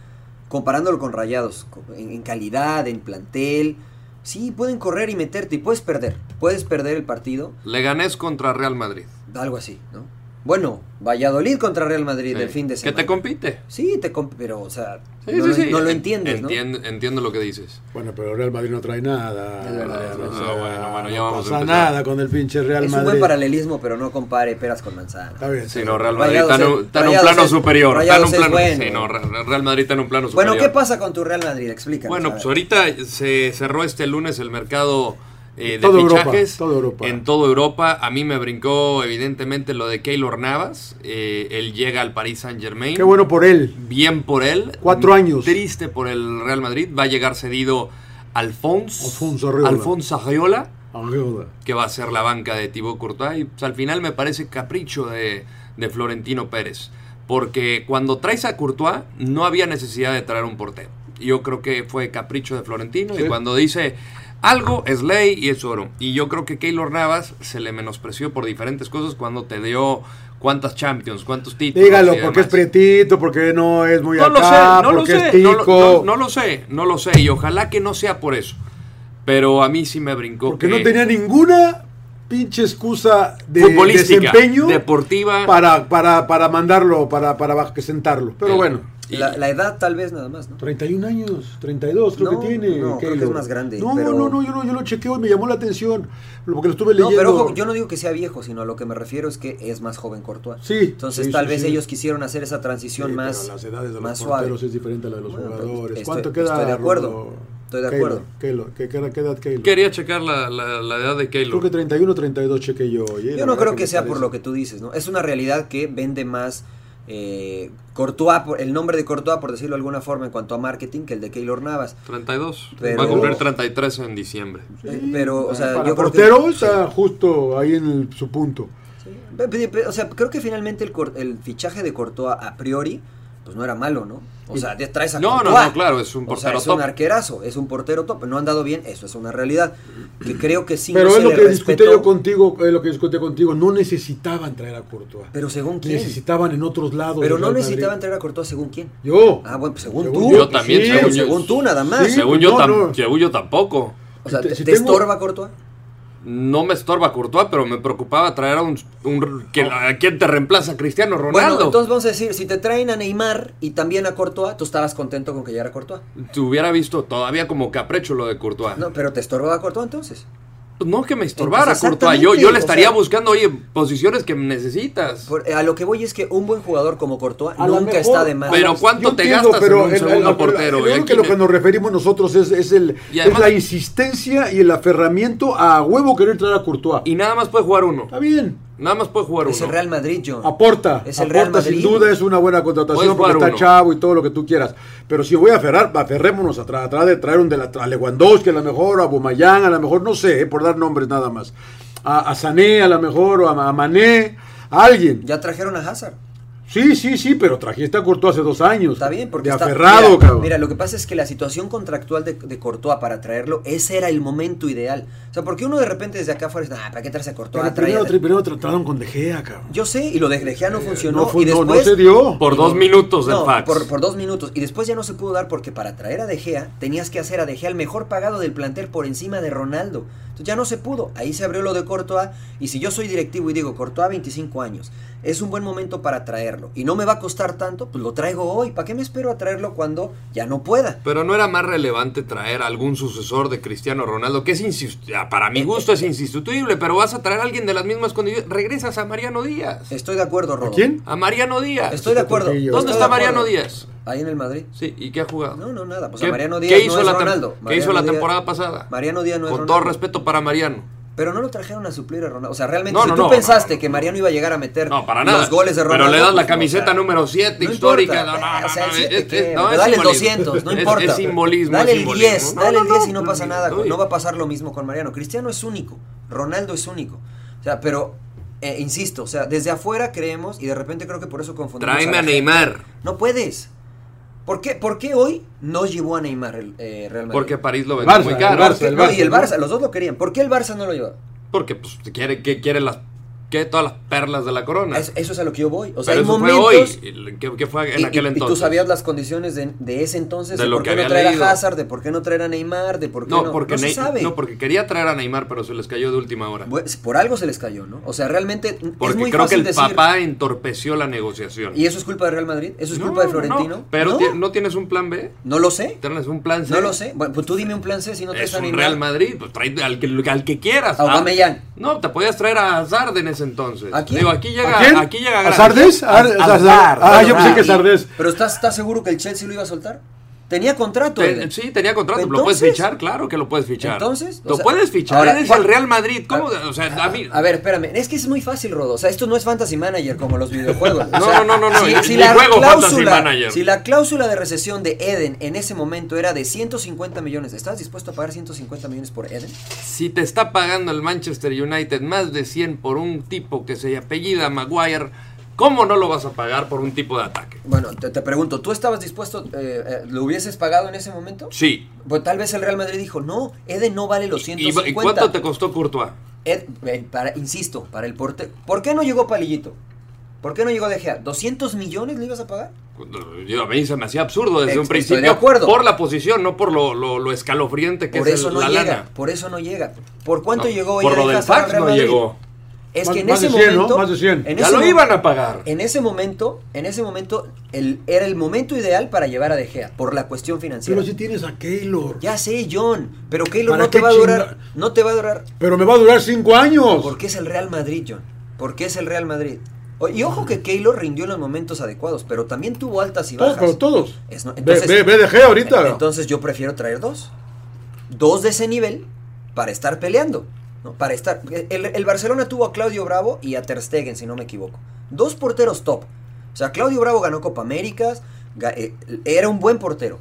C: comparándolo con Rayados, co- en, en calidad, en plantel. Sí, pueden correr y meterte y puedes perder. Puedes perder el partido,
B: Leganés contra Real Madrid.
C: algo así, ¿no? Bueno, Valladolid contra Real Madrid
B: Sí.
C: del fin de semana.
B: Eh, Que te compite.
C: Sí, te comp- pero, o sea,
B: Sí,
C: no,
B: sí,
C: lo,
B: sí.
C: no lo
B: En-
C: entiendes, ¿no?
B: entien- Entiendo lo que dices.
A: Bueno, pero Real Madrid no trae nada.
C: Es verdad, es
B: verdad.
A: O sea,
B: No, bueno, bueno, Bueno, ya vamos a
A: pasa
B: empezar.
A: nada con el pinche Real
C: Es un
A: Madrid.
C: buen paralelismo, pero no compare peras con manzanas.
A: Está bien.
B: Sí,
A: está
B: no,
A: bien.
B: Real Madrid
C: Rayados
B: está en
C: es-
B: un, está en un
C: Rayados
B: plano
C: es-
B: superior. Está en un
C: Rayados es
B: plano,
C: bueno.
B: sí, no, Re- Real Madrid está en un plano superior.
C: Bueno, ¿qué pasa con tu Real Madrid? Explícanos.
B: Bueno,
C: a
B: pues
C: ver.
B: ahorita se cerró este lunes el mercado eh, de
A: Todo Europa,
B: fichajes
A: todo Europa.
B: en toda Europa. A mí me brincó evidentemente lo de Keylor Navas. Eh, él llega al Paris Saint Germain.
A: Qué bueno por él.
B: Bien por él.
A: Cuatro años.
B: Triste por el Real Madrid. Va a llegar cedido Alfonso
A: Alfonso Arriola.
B: Alfonso Arriola,
A: Ah,
B: que va a ser la banca de Thibaut Courtois. Y pues, al final me parece capricho de, de Florentino Pérez. Porque cuando traes a Courtois, no había necesidad de traer un portero. Yo creo que fue capricho de Florentino.
A: Sí.
B: Y cuando dice algo, es ley y es oro. Y yo creo que Keylor Navas se le menospreció por diferentes cosas cuando te dio cuántas Champions, cuántos títulos.
A: Dígalo,
B: y
A: porque es
B: demás.
A: prietito, porque no es muy
B: No lo sé,
A: acá,
B: no lo
A: porque es
B: sé, no
A: tico.
B: lo, no- no lo sé, no lo sé, y ojalá que no sea por eso. Pero a mí sí me brincó.
A: Porque
B: que
A: no tenía ninguna pinche excusa de
B: futbolística,
A: desempeño
B: deportiva.
A: para, para, para mandarlo, para, para bajo- que sentarlo. Pero
B: Eh,
A: bueno,
B: y-
C: La, la edad tal vez nada más, ¿no?
A: 31 años, 32 creo
C: No,
A: que tiene.
C: no, creo que
A: Keylor.
C: es más grande,
A: No,
C: pero-
A: no, no, yo, lo- yo lo chequeo y me llamó la atención, porque lo estuve
C: No,
A: leyendo.
C: pero ojo, yo no digo que sea viejo, sino a lo que me refiero es que es más joven Courtois.
A: Sí,
C: Entonces
A: sí,
C: tal
A: sí,
C: vez
A: sí.
C: ellos quisieron hacer esa transición
A: Sí,
C: más,
A: pero las edades de los
C: más
A: porteros
C: suave.
A: es diferente a la de los
C: Bueno, pero
A: jugadores.
C: estoy-
A: ¿Cuánto queda?
C: estoy de acuerdo,
A: Rulo?
C: estoy de
A: Keylor,
C: acuerdo.
A: Keylor, ¿qué, qué- qué edad Keylor?
B: Quería checar la, la- la edad de
A: Creo
B: Keylor.
A: que 31 o 32 chequé yo. oye, la
C: Yo no
A: verdad
C: creo que,
A: me
C: sea por
A: parece.
C: lo que tú dices, ¿no? Es una realidad que vende más eh, Courtois, por- el nombre de Courtois, por decirlo de alguna forma, en cuanto a marketing, que el de Keylor Navas.
B: 32.
C: Pero-
B: Va a cumplir 33 en diciembre.
C: Eh, pero, o sea,
A: Para
C: yo creo que-
A: portero está justo ahí en el- su punto.
C: Pe- pe- pe- O sea, creo que finalmente el, cor- el fichaje de Courtois a priori, pues no era malo, ¿no? O sea, te traes a
B: No, no,
C: Courtois.
B: no, claro, es un
C: O sea,
B: portero
C: es un
B: top.
C: arquerazo, es un portero top. No han dado bien, eso es una realidad. Que creo que sí
A: pero
C: no
A: es
C: se
A: lo
C: le
A: que discutí
C: respetó,
A: yo contigo, es lo que discutí contigo. No necesitaban traer a Courtois.
C: Pero según quién.
A: necesitaban en otros lados.
C: Pero
A: del
C: no
A: Real
C: necesitaban
A: Madrid.
C: traer a Courtois según quién.
A: Yo.
C: Ah, bueno, pues según
A: Según
C: tú.
A: yo
B: Yo también,
A: sí,
B: según, yo,
C: según tú nada más.
A: Sí, pues
B: según yo
A: no,
B: tam-
A: no.
B: según yo tampoco.
C: O sea,
A: Si te-
C: ¿te,
A: si
C: te
A: tengo-
C: estorba Courtois?
B: No me estorba Courtois, pero me preocupaba traer a un... un- que- ¿A quién te reemplaza? Cristiano Ronaldo.
C: Bueno, entonces vamos a decir, si te traen a Neymar y también a Courtois, tú estabas contento con que ya era Courtois.
B: Te hubiera visto todavía como caprecho lo de Courtois.
C: No, pero te estorbaba Courtois entonces.
B: No que me estorbara,
C: Entonces,
B: Courtois. Yo, yo le
C: exactamente,
B: estaría
C: o sea-
B: buscando, oye, posiciones que necesitas.
C: Por- eh, a lo que voy es que un buen jugador como Courtois
A: A lo
C: nunca
A: mejor-
C: está de más.
B: Pero ¿cuánto
A: Yo
B: te
A: entiendo,
B: gastas en un segundo
A: pero yo
B: portero? Y
A: creo
B: aquí
A: que lo
B: me-
A: que nos referimos nosotros es, es el,
B: Y además-
A: es la insistencia y el aferramiento a huevo querer traer a Courtois.
B: Y nada más puede jugar uno.
A: Está bien,
B: Nada más puede jugar
C: es
B: uno.
C: el Real Madrid, John.
A: aporta.
C: Es el Real
A: aporta sin
C: Madrid.
A: duda, es una buena
B: Puedes
A: contratación
B: jugar
A: porque está
B: uno.
A: chavo y todo lo que tú quieras. Pero si voy a aferrar, aferrémonos atrás, atrás de traer un de la, a Lewandowski a lo mejor, a Bumayán a lo mejor, no sé, eh, por dar nombres nada más. A, a Sané a lo mejor, o a, a Mané, a alguien.
C: Ya trajeron a Hazard.
A: Sí, sí, sí, pero trajiste a Courtois hace dos años.
C: Está bien, porque
A: De
C: está-
A: aferrado,
C: mira,
A: cabrón.
C: Mira, lo que pasa es que la situación contractual de, de Courtois para traerlo, ese era el momento ideal. O sea, porque uno de repente desde acá afuera dice, ah, ¿para qué traes a Courtois?
A: Pero
C: Trae a-
A: primero, tri- primero trataron con De Gea, cabrón.
C: Yo sé, y lo de Grejea no funcionó.
A: no, fue-
C: y
A: no- no
C: después,
A: se dio.
B: Por dos minutos del
C: No,
B: fax.
C: Por, por dos minutos. Y después ya no se pudo dar porque para traer a De Gea tenías que hacer a De Gea el mejor pagado del plantel por encima de Ronaldo. Entonces ya no se pudo. Ahí se abrió lo de Courtois. Y si yo soy directivo y digo, Courtois 25 años, es un buen momento para traerlo. Y no me va a costar tanto, pues lo traigo hoy. ¿Para qué me espero a traerlo cuando ya no pueda?
B: Pero no era más relevante traer a algún sucesor de Cristiano Ronaldo, que es insust- ah, para mi gusto es insustituible, pero vas a traer a alguien de las mismas condiciones. Regresas a Mariano Díaz.
C: Estoy de acuerdo, Rodo.
A: quién?
B: A Mariano Díaz.
C: Estoy de acuerdo.
A: ¿Dónde
C: Estoy de
B: está Mariano
C: acuerdo.
B: Díaz?
C: Ahí en el Madrid.
B: Sí, ¿y qué ha jugado?
C: No, no, nada. Pues a
B: ¿Qué,
C: Mariano
B: qué
C: Díaz
B: hizo
C: no es
B: la tem-
C: Ronaldo.
B: ¿Qué hizo
C: Mariano
B: la
C: Díaz-
B: temporada pasada?
C: Mariano Díaz no es
B: Con
C: Ronaldo.
B: todo respeto para Mariano.
C: Pero no lo trajeron a suplir a Ronaldo. O sea, realmente,
B: No,
C: si
B: no,
C: tú
B: no,
C: pensaste
B: no, no,
C: que
B: no.
C: Mariano iba a llegar a meter
B: No, para nada.
C: los goles de Ronaldo.
B: Pero le das la
C: pues,
B: camiseta
C: o sea,
B: número 7,
C: no
B: histórica.
C: importa.
B: No, no, no,
C: O sea,
B: no,
C: el siete,
B: es- es-
C: ¿qué?
B: no, es
C: dale el
B: simbolismo.
C: 200, no
B: Es-
C: importa.
B: Es simbolismo.
C: Dale
B: es
C: el
B: simbolismo.
C: 10,
B: No,
C: dale el
B: no,
C: 10 y no pasa nada.
B: estoy-
C: No va a pasar lo mismo con Mariano. Cristiano es único, Ronaldo es único. O sea, pero, eh, insisto, o sea, desde afuera creemos y de repente creo que por eso confundimos
B: Tráeme
C: la
B: a
C: gente.
B: Neymar.
C: No puedes. ¿Por qué, ¿Por qué hoy no llevó a Neymar el eh, Real Madrid?
B: Porque París lo vendió
A: Barça,
B: muy
A: el
B: caro.
A: Barça.
C: No, y el
A: ¿no?
C: Barça, los dos lo querían. ¿Por qué el Barça no lo llevó?
B: Porque pues quiere, que quiere las que todas las perlas de la corona.
C: Es- eso es a lo que yo voy. O sea,
B: Pero
C: hay
B: eso
C: momentos.
B: fue hoy. ¿Qué, qué fue en
C: y,
B: aquel
C: y- y
B: entonces?
C: tú sabías las condiciones de, de ese entonces,
B: De
C: de,
B: lo
C: por
B: que
C: qué no
B: había
C: traer
B: leído.
C: a Hazard, de por qué no traer a Neymar, de por qué no.
B: no, porque
C: no se
B: Ney-
C: sabe.
B: no, porque quería traer a Neymar, pero se les cayó de última hora.
C: Pues, por algo se les cayó, ¿no? O sea, realmente es
B: porque
C: muy
B: creo que
C: fácil
B: el
C: decir,
B: papá entorpeció la negociación.
C: ¿Y eso es culpa de Real Madrid? ¿Eso es
B: No,
C: culpa de
B: no,
C: Florentino?
B: no, pero
C: no,
B: ti- no tienes un plan B.
C: no lo sé.
B: Tienes un plan C.
C: No lo sé. Bueno, pues tú dime un plan C si no te
B: Es
C: están
B: un Real Madrid, pues trae al que, al que quieras.
C: A
B: Ah,
C: Aubameyang.
B: No, te podías traer a Hazard en ese entonces.
C: ¿A quién?
B: Digo, aquí llega,
A: ¿A quién?
B: aquí llega
A: ¿A
B: gratis.
A: Sardes? Ah,
B: A- a
A: Hazard. Ah, yo pensé que
B: Hazard.
A: Sardes.
C: Pero ¿estás, estás seguro que el Chelsea lo iba a soltar? Tenía contrato.
B: Te-
C: Eden.
B: sí, tenía contrato. lo puedes
C: Entonces-
B: fichar, claro que lo puedes fichar.
C: Entonces, o
B: lo
C: sea,
B: puedes fichar.
C: ahora,
B: Eres
C: ¿cuál-
B: el Real Madrid. ¿Cómo? o sea, a mí.
C: A ver, espérame, es que es muy fácil, Rodo. O sea, esto no es Fantasy Manager como
B: (laughs)
C: los videojuegos. O
B: No,
C: sea,
B: no, no, no, no,
C: Si,
B: ni-
C: si
B: ni
C: la
B: juego Fantasy
C: cláusula,
B: Manager.
C: si la cláusula de recesión de Eden en ese momento era de 150 millones, ¿estás dispuesto a pagar 150 millones por Eden?
B: Si te está pagando el Manchester United más de 100 por un tipo que se apellida Maguire, ¿cómo no lo vas a pagar por un tipo de ataque?
C: Bueno, te, te pregunto, ¿tú estabas dispuesto, eh, eh, lo hubieses pagado en ese momento?
B: Sí.
C: Pues tal vez el Real Madrid dijo, no, Eden no vale los
B: ¿Y,
C: 150.
B: y cuánto te costó Courtois?
C: Ed- eh, para, insisto, para el portero. ¿Por qué no llegó Palillito? ¿Por qué no llegó De Gea? ¿200 millones le ibas a pagar?
B: Yo, a mí se me hacía absurdo desde
C: Ex-
B: un
C: estoy de
B: principio.
C: acuerdo.
B: Por la posición, no por lo, lo- lo escalofriante que
C: Por
B: es
C: eso
B: el-
C: no
B: la
C: llega.
B: lana.
C: Por eso no llega. ¿Por cuánto
B: No,
C: llegó
B: Por
C: Eden
B: lo del
C: Hazard al
B: fax
C: Real
B: no
C: Madrid?
B: llegó.
C: Es
A: Más-
C: que en
A: más
C: ese
A: de 100, ¿no?
C: momento.
A: Más de 100.
C: En
B: Ya
C: ese
B: lo
C: mo-
B: iban a pagar.
C: En ese momento, en ese momento, el, era el momento ideal para llevar a De Gea, por la cuestión financiera.
A: Pero si tienes a Keylor.
C: Ya sé, John, pero Keylor
A: ¿Para
C: no te
A: qué
C: va a durar.
A: chinga- Pues-
C: No te va a durar.
A: Pero me va a durar cinco años.
C: Porque es el Real Madrid, John. Porque es el Real Madrid. O- Y ojo que Keylor rindió en los momentos adecuados, pero también tuvo altas y
A: Todos,
C: bajas.
A: pero todos.
C: Es no-
A: Ve-
C: entonces-
A: ve, ve, de Gea ahorita.
C: Entonces yo prefiero traer dos. Dos de ese nivel para estar peleando. ¿no? Para estar. El, el Barcelona tuvo a Claudio Bravo y a Ter Stegen, si no me equivoco. Dos porteros top. O sea, Claudio Bravo ganó Copa Américas. ga- eh, Era un buen portero.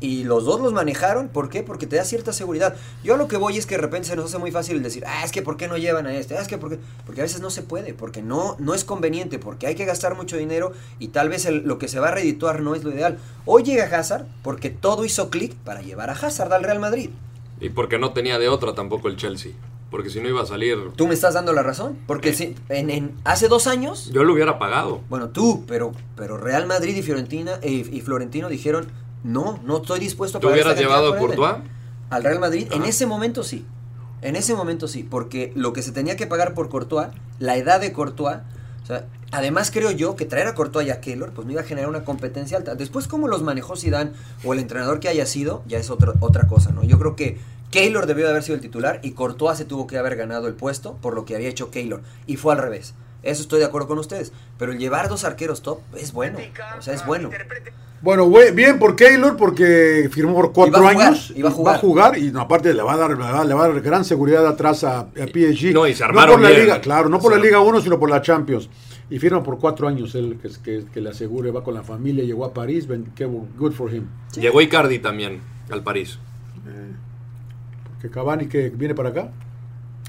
C: Y los dos los manejaron. ¿Por qué? Porque te da cierta seguridad. Yo a lo que voy es que de repente se nos hace muy fácil decir, ah, es que ¿por qué no llevan a este? Ah, es que ¿por qué? Porque a veces no se puede, porque no, no es conveniente, porque hay que gastar mucho dinero y tal vez el- lo que se va a redituar no es lo ideal. Hoy llega Hazard porque todo hizo clic para llevar a Hazard al Real Madrid.
B: Y porque no tenía de otra tampoco el Chelsea. Porque si no iba a salir.
C: Tú me estás dando la razón, porque si- en, en- hace dos años
B: Yo lo hubiera pagado.
C: Bueno, tú, pero, pero Real Madrid y Fiorentina eh, y Florentino dijeron, no, no estoy dispuesto a
B: ¿Te
C: pagar
B: hubieras
C: esta cantidad
B: llevado a
C: por Eden".
B: Courtois?
C: Al Real Madrid, en
B: Ajá.
C: ese momento sí. En ese momento sí, porque lo que se tenía que pagar por Courtois, la edad de Courtois, o sea, además creo yo que traer a Courtois y a Keylor, pues me iba a generar una competencia alta. Después, cómo los manejó Zidane o el entrenador que haya sido, ya es otro- otra cosa, ¿no? Yo creo que Keylor debió de haber sido el titular y Courtois se tuvo que haber ganado el puesto por lo que había hecho Keylor. Y fue al revés. Eso estoy de acuerdo con ustedes. Pero el llevar dos arqueros top es bueno. O sea, es bueno.
A: Bueno, güey, bien por Keylor porque firmó por cuatro
C: Y va a jugar,
A: años.
C: y va a
A: Va a jugar y no, aparte le va a dar, le va a- le va a dar gran seguridad atrás a, a PSG.
B: No, y se armaron
A: por la
B: bien.
A: Liga, claro, no por
B: Se
A: la Liga 1, sino por la Champions. Y firma por cuatro años él, que, que, que le asegure, va con la familia, llegó a París, ven, qué bu- good for him.
B: Llegó Icardi también al París.
A: Que Cavani que viene para acá,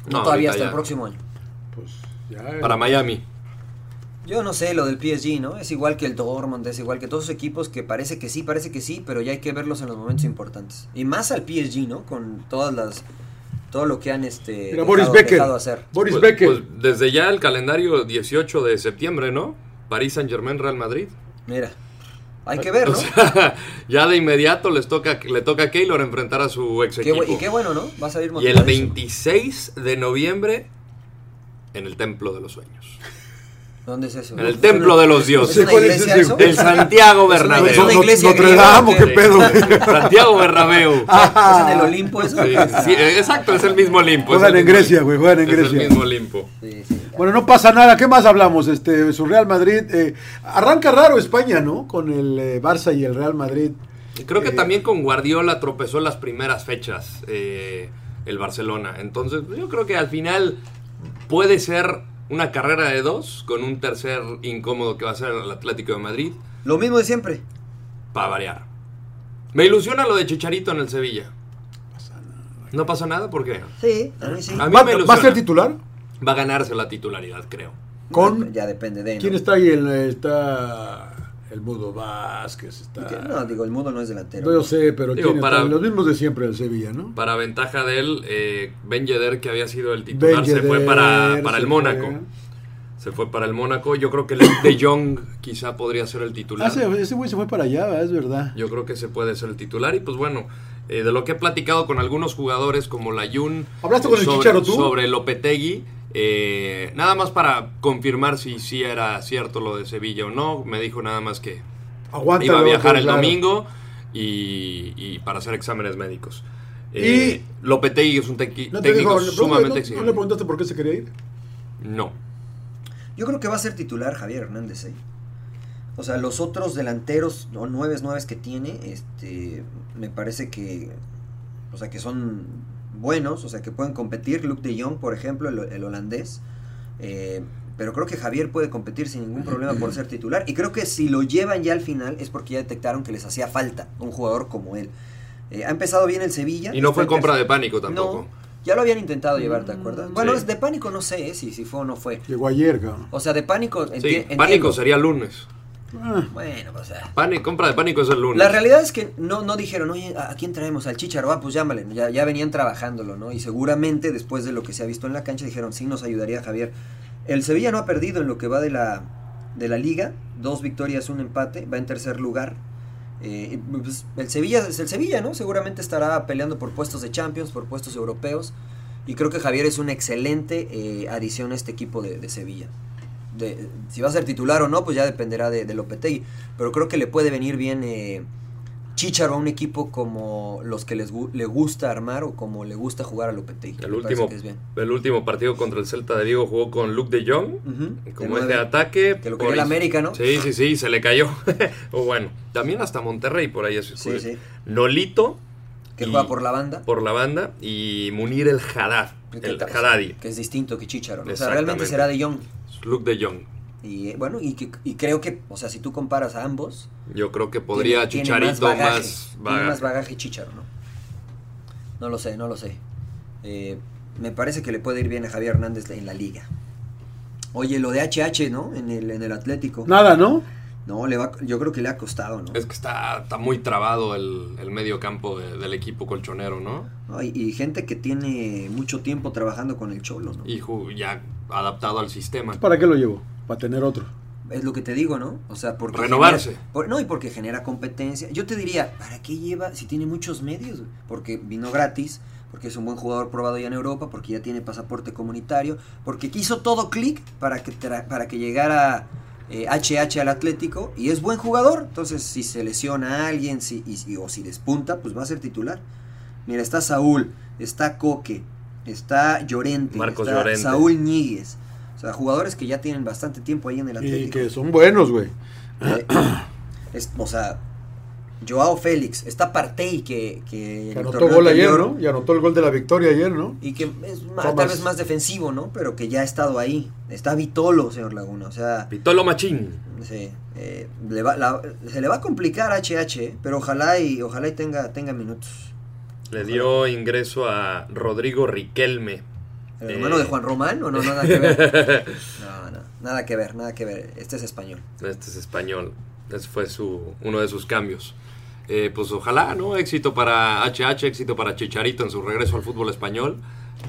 C: No,
B: No,
C: todavía
B: ahorita
C: hasta el
B: ya.
C: próximo año.
A: pues ya.
B: Para Miami.
C: Yo no sé, lo del PSG, ¿no? Es igual que el Dortmund, es igual que todos esos equipos que parece que sí, parece que sí, pero ya hay que verlos en los momentos importantes. Y más al PSG, ¿no? Con todas las todo lo que han este
A: Mira, Boris
C: dejado-
A: Becker.
C: dejado hacer.
A: Boris
B: Pues-
A: Becker.
B: pues desde ya el calendario 18 de septiembre, ¿no? París Saint Germain, Real Madrid.
C: Mira. Hay que ver, ¿no?
B: O sea, (laughs) ya de inmediato les toca, le toca a Keylor enfrentar a su ex
C: Qué bu-
B: equipo.
C: y qué bueno, ¿no? Va a
B: y
C: salir
B: el
C: motivadísimo.
B: 26 de noviembre en el Templo de los Sueños.
C: ¿Dónde es eso?
B: En el templo de los
C: ¿Es una
B: dioses.
A: ¿Cuál es
C: iglesia
A: ese?
C: eso?
B: Del Santiago Bernabéu.
C: Es una
A: No-
C: iglesia
A: Notre
C: griega,
A: Dame,
C: ¿o
A: ¿o qué
B: Sí.
A: pedo? güey?
B: (laughs) Santiago Bernabéu.
C: ¿Es
A: (laughs)
C: en el Olimpo eso?
B: Sí, sí, exacto, es el mismo Olimpo. pues es
A: Juegan
B: el
A: en
B: mismo
A: Grecia, güey, juegan en
B: es
A: Grecia.
B: el mismo Olimpo.
C: Sí, sí.
A: Bueno, no pasa nada. ¿Qué más hablamos? Este, su Real Madrid. eh, arranca raro España, ¿no? Con el eh, Barça y el Real Madrid.
B: Y Creo que
A: Eh,
B: también con Guardiola tropezó en las primeras fechas eh, el Barcelona. Entonces, pues, yo creo que al final puede ser una carrera de dos con un tercer incómodo que va a ser el Atlético de Madrid
C: Lo mismo de siempre.
B: para variar. Me ilusiona lo de Chicharito en el Sevilla. No pasa nada porque
C: Sí, a mí sí.
B: A mí
A: ¿Va,
B: me
A: va a
B: ilusiona.
A: ser titular?
B: va a ganarse la titularidad, creo.
A: Con
C: ya depende de ¿no?
A: quién está ahí el está el Mudo Vázquez está.
C: Que- No, digo, el mundo no es delantero.
A: No yo sé, pero
B: Digo,
A: quién está?
B: para-
A: los mismos de siempre del Sevilla, ¿no?
B: Para ventaja de él, eh, Ben Yedder, que había sido el titular,
A: Ben
B: se fue
A: Yedder,
B: para, para
A: se fue.
B: el Mónaco. Se fue para el Mónaco. Yo creo que Luke De Jong quizá podría ser el
A: Ah,
B: titular.
A: se- ese güey se fue para allá, ¿verdad? es verdad.
B: Yo creo que se puede ser el titular. Y pues bueno, eh, de lo que he platicado con algunos jugadores como la Jun.
A: ¿Hablaste con el
B: sobre,
A: Chicharo tú?
B: Sobre Lopetegui. eh, nada más para confirmar si sí era cierto lo de Sevilla o no. Me dijo nada más que
A: Aguanta.
B: iba a
A: loco,
B: viajar el
A: claro.
B: domingo y, y para hacer exámenes médicos.
A: Y-
B: Eh, Lopetegui es un tequi-
A: ¿No te
B: técnico
A: dijo, no- no-
B: sumamente
A: no- no
B: exigente.
A: le preguntaste por qué se quería ir?
B: no.
C: Yo creo que va a ser titular Javier Hernández ahí. O sea, los otros delanteros o nueves nueves que tiene, este, me parece que, o sea, que son buenos, o sea, que pueden competir. Luke de Jong, por ejemplo, el, el holandés. Eh, pero creo que Javier puede competir sin ningún problema por ser titular. Y creo que si lo llevan ya al final es porque ya detectaron que les hacía falta un jugador como él. Eh, ha empezado bien el Sevilla.
B: Y no
C: Está
B: fue
C: en
B: compra
C: tercer-
B: de pánico tampoco.
C: No, ya lo habían intentado llevar, ¿te acuerdas? Bueno,
B: sí.
C: es de pánico no sé eh, si, si fue o no fue.
A: Llegó ayer, cabrón.
C: O sea, de pánico. enti-
B: Sí,
C: entiendo.
B: pánico sería lunes.
A: Ah,
C: Bueno, pues, o sea.
B: Pánico, compra de pánico es el lunes.
C: La realidad es que no, no dijeron, oye, ¿a a quién traemos? Al Chicharo, ah, pues llámale. Ya, ya venían trabajándolo, ¿no? Y seguramente después de lo que se ha visto en la cancha dijeron, sí, nos ayudaría Javier. El Sevilla no ha perdido en lo que va de la, de la liga. Dos victorias, un empate. Va en tercer lugar. Eh, pues, el Sevilla es el Sevilla, ¿no? Seguramente estará peleando por puestos de Champions, por puestos europeos. Y creo que Javier es una excelente eh, adición a este equipo de, de Sevilla. De- si va a ser titular o no, pues ya dependerá de, de Lopetegui. Pero creo que le puede venir bien eh, Chicharo a un equipo como los que les gu- le gusta armar o como le gusta jugar a Lopetegui.
B: El
C: Me parece
B: último,
C: que es bien.
B: el último partido contra el Celta de Vigo jugó con Luke de Jong.
C: Ujú.
B: Como
C: El
B: es de
C: nueve.
B: ataque.
C: Que lo
B: por
C: quería el
B: ahí-
C: América, ¿no?
B: Sí, sí, sí, se le cayó. (laughs) o bueno, también hasta Monterrey por ahí. eso
C: Sí, sí.
B: Nolito.
C: Que
B: y-
C: juega por la banda.
B: por la banda. Y Munir el Haddad.
C: Que-
B: El
C: que-
B: Haddadi.
C: Que es distinto que Chicharo. O sea,
B: Exactamente.
C: realmente será de Young.
B: Luke de Jong.
C: Y eh, bueno, y, que- y creo que, o sea, si tú comparas a ambos,
B: Yo creo que podría
C: tiene- tiene
B: Chicharito más.
C: bagaje,
B: bagaje.
C: Tiene más bagaje Chicharo, ¿no? No lo sé, no lo sé. Eh, me parece que le puede ir bien a Javier Hernández en la liga. Oye, lo de HH, ¿no? En el, en el Atlético.
A: Nada, ¿no?
C: No, le va, yo creo que le ha costado, ¿no?
B: Es que está, está muy trabado el, el medio campo de- del equipo colchonero, ¿no?
C: No, y, y gente que tiene mucho tiempo trabajando con el Cholo, ¿no?
B: Y ju- ya adaptado al sistema.
A: ¿Para qué lo llevo? Para tener otro.
C: Es lo que te digo, ¿no? O sea, porque...
B: Renovarse.
C: genera- por- no, y porque genera competencia. Yo te diría, ¿para qué lleva si tiene muchos medios? güey? Porque vino gratis, porque es un buen jugador probado ya en Europa, porque ya tiene pasaporte comunitario, porque quiso todo clic para que, tra- para que llegara eh, HH al Atlético y es buen jugador. Entonces, si se lesiona a alguien si, y- y- o si despunta, pues va a ser titular. Mira, está Saúl, está Coque, está Llorente,
B: Marcos
C: está
B: Llorente.
C: Saúl Ñíguez. O sea, jugadores que ya tienen bastante tiempo ahí en el Atlético.
A: Y que son buenos, güey. (clears throat)
C: Eh, es- o sea, Joao Félix, está Partey que, que en
A: Que
C: el
A: anotó
C: torneo
A: gol ayer,
C: anterior,
A: ¿no? Y anotó el gol de la victoria ayer, ¿no?
C: Y que es ma-
A: Thomas.
C: tal vez más defensivo, ¿no? Pero que ya ha estado ahí. Está Vitolo, señor Laguna. O sea,
B: Pitolo Machín.
C: sí, eh, le va- la- se le va a complicar a HH, pero ojalá y ojalá y tenga, tenga minutos.
B: Le dio ingreso a Rodrigo Riquelme.
C: ¿El
B: Eh,
C: hermano de Juan Román o no? Nada que ver. No, no, nada que ver, nada que ver. Este es español.
B: Este es español. Ese fue su, uno de sus cambios. Eh, pues ojalá, ¿no? Éxito para HH, éxito para Chicharito en su regreso al fútbol español.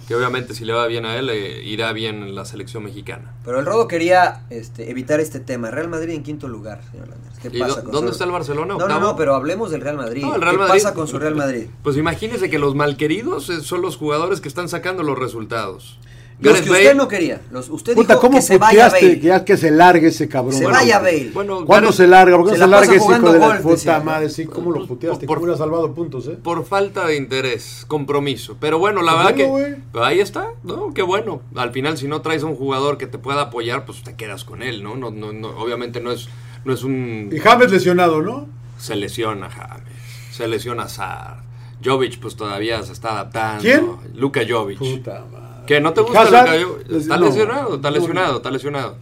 B: Que obviamente si le va bien a él, eh, irá bien en la selección mexicana.
C: Pero el Rodo quería este, evitar este tema. Real Madrid en quinto lugar, señor Landers. ¿Qué
B: ¿Y
C: pasa
B: dó-
C: con
B: dónde
C: su-
B: está el Barcelona?
C: No, no,
B: ¿Octavo?
C: no, pero hablemos del Real Madrid.
B: No, el Real
C: ¿Qué
B: Madrid-
C: pasa con su Real Madrid?
B: Pues imagínense que los malqueridos eh, son los jugadores que están sacando los resultados.
C: Los
B: Gareth
C: que
B: Bale-
C: usted no quería. Los, usted
A: Puta,
C: dijo
A: ¿cómo
C: que se vaya Bale.
A: puteaste que, ya que se largue ese cabrón?
C: Se
A: Bueno,
C: vaya Bale.
B: Bueno,
A: ¿Cuándo
B: Gareth-
A: se larga? ¿Por qué
C: Se
A: no
C: la
A: se larga
C: pasa
A: ese hijo
C: jugando
A: de la
C: gol,
A: puta
C: decía.
A: madre? Sí, ¿cómo lo puteaste?
B: Por-
A: ¿Cómo le has salvado puntos, eh?
B: Por falta de interés, compromiso. Pero bueno, la
A: Pues
B: verdad que.
A: bueno,
B: pero ahí está, ¿no? Qué bueno. Al final, si no traes a un jugador que te pueda apoyar, pues te quedas con él, ¿no? no, no, no obviamente no es, no es un.
A: Y James lesionado, ¿no?
B: Se lesiona James, se lesiona Sar. Jovic, pues todavía se está adaptando.
A: ¿Quién?
B: Luka Jovic.
A: Puta madre.
B: Que no te gusta
A: Hazard,
B: Luka Jovic. Está
A: no.
B: lesionado, está
A: No,
B: lesionado,
A: no.
B: está lesionado.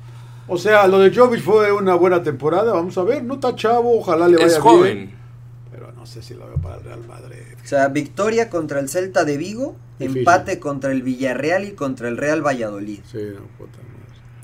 A: O sea, lo de Jovic fue una buena temporada. Vamos a ver, no está chavo, ojalá le vaya
B: Es
A: bien.
B: joven.
A: Pero no sé si lo veo para el Real Madrid.
C: O sea, victoria contra el Celta de Vigo,
A: Difícil.
C: empate contra el Villarreal y contra el Real Valladolid.
A: Sí, no, puta madre.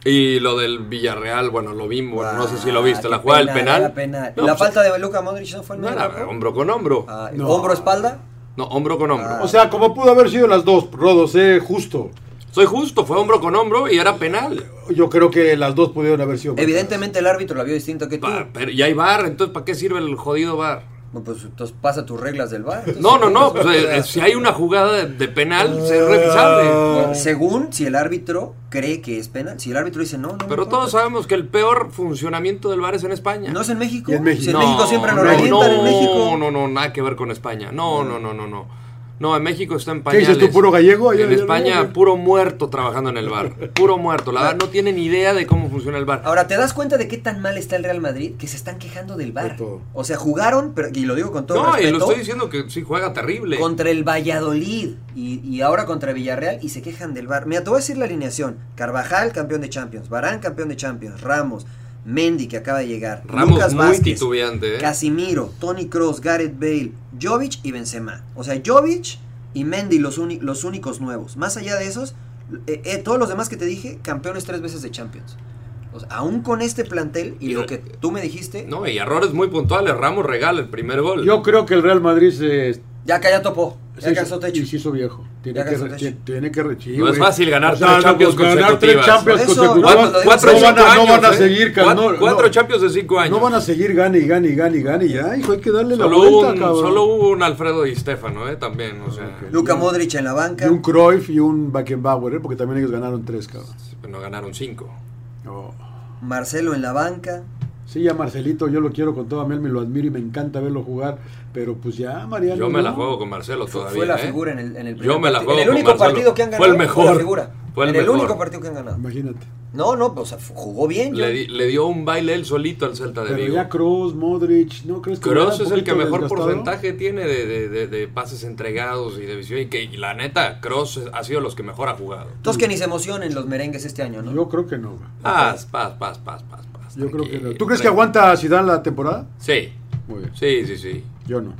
B: Y lo del Villarreal, bueno, lo vimos. no sé si lo
C: Ah,
B: viste,
C: qué
B: la jugada del
C: pena,
B: penal.
C: era penal.
B: No,
C: la
B: pues,
C: falta de Luca Modric no fue el
B: no
C: mismo,
B: era
C: ¿no?
B: hombro con hombro.
C: Ah,
A: No.
C: Hombro espalda.
B: No, hombro con hombro.
C: Ah.
A: O sea, como pudo haber sido las dos, Rodos, eh, justo.
B: Soy justo, fue hombro con hombro y era penal.
A: Yo creo que las dos pudieron haber sido. marcadas.
C: Evidentemente el árbitro la vio distinto que tú.
B: Pa- pero, y hay bar, entonces ¿para qué sirve el jodido bar?
C: Bueno, pues entonces pasa tus reglas del bar.
B: No, no,
C: (laughs)
B: no. pues, eh, eh, si hay una jugada de, de penal, se es revisable.
C: Bueno, según si el árbitro cree que es penal. Si el árbitro dice no, no. me
B: Pero
C: importa.
B: todos sabemos que el peor funcionamiento del bar es en España.
C: No es en México.
A: Y en México.
C: Si en
A: No,
C: México siempre lo
A: no,
C: revientan en
B: No,
C: México.
B: no, no, nada que ver con España. No, no, no, no, no. No, en México está en
A: ¿Qué
B: pañales.
A: dices tú, puro gallego? Ay,
B: En
A: ay, ay,
B: España,
A: ay.
B: puro muerto trabajando en el bar. Puro muerto. La verdad, no tienen ni idea de cómo funciona el bar.
C: Ahora, ¿te das cuenta de qué tan mal está el Real Madrid? Que se están quejando del bar.
A: De todo.
C: O sea, jugaron, pero, y lo digo con todo
B: No,
C: respeto,
B: y lo estoy diciendo que sí juega terrible.
C: contra el Valladolid y, y ahora contra Villarreal y se quejan del bar. Mira, te voy a decir la alineación. Carvajal, campeón de Champions. Barán, campeón de Champions. Ramos, Mendy, que acaba de llegar.
B: Ramos
C: Lucas
B: muy
C: Vázquez,
B: titubeante, ¿eh?
C: Casimiro, Tony Cross, Gareth Bale, Jovic y Benzema. O sea, Jovic y Mendy los, uni- los únicos nuevos. Más allá de esos, eh, eh, todos los demás que te dije, campeones tres veces de Champions. O sea, aún con este plantel y
B: Y
C: lo
B: re-
C: que tú me dijiste,
B: No, y errores muy puntuales. Ramos regala el primer gol.
A: Yo creo que el Real Madrid se.
C: ya calla topo, ya
A: se
C: alcanzó
A: hizo-
C: techo.
A: y se hizo viejo. Tiene
C: Ya
A: que,
C: alcanzó
A: re-
C: techo.
A: ti- tiene que re- sí,
B: No es
A: güey.
B: fácil ganar tres
A: no,
B: Champions
A: pues, ganar tres
B: consecutivas.
A: Champions
C: Por eso,
A: consecutivas.
C: no, pues,
B: Cuatro
A: no
B: de
A: van
B: cinco
A: a, no
B: años,
A: van a
B: ¿eh?
A: seguir,
B: Cuatro,
A: cabrón. no,
B: cuatro
A: no.
B: Champions de cinco años.
A: No van a seguir, gane y gane y gane y gane y ya, hijo, hay que darle
B: solo,
A: la vuelta,
B: hubo un,
A: cabrón.
B: solo hubo un Alfredo Di Stefano, ¿eh? También, o sea,
A: Ok.
C: Luca Modric en la banca.
A: Y un Cruyff y un Beckenbauer, ¿eh? porque también ellos ganaron tres, cabrón.
B: no ganaron cinco.
A: No.
C: Marcelo en la banca.
A: Sí, ya Marcelito, yo lo quiero con toda mi alma y lo admiro y me encanta verlo jugar, pero pues ya, Mariano.
B: Yo me
A: ¿no?
B: la juego con Marcelo
C: Fue-
B: todavía.
C: fue la
B: ¿eh?
C: figura en el, en el primer
B: Yo me la
C: partido.
B: juego
C: En el
B: con
C: único
B: Marcelo.
C: partido que han ganado.
B: Fue el mejor.
C: la figura.
B: Fue el
C: en el
B: mejor.
C: único partido que han ganado.
A: Imagínate.
C: No, no, o sea, fu- jugó bien.
B: Le,
C: yo-
B: di- le dio un baile él solito al Celta de
A: Pero
B: Vigo.
A: ya Kroos, Modric, ¿no crees que era un
B: Kroos es el que
A: poquito
B: mejor
A: desgastado?
B: porcentaje tiene de, de- de- de pases entregados y de visión. Y que y la neta, Kroos ha sido los que mejor ha jugado.
C: Entonces que ni se emocionen los merengues este año, ¿no?
A: Yo creo que no, güey.
B: Paz, paz, paz, paz, paz. paz
A: Yo creo que no.
B: tranquilo.
A: ¿Tú crees que aguanta Zidane la temporada?
B: Sí,
A: Muy bien.
B: sí, sí, sí.
A: Yo no.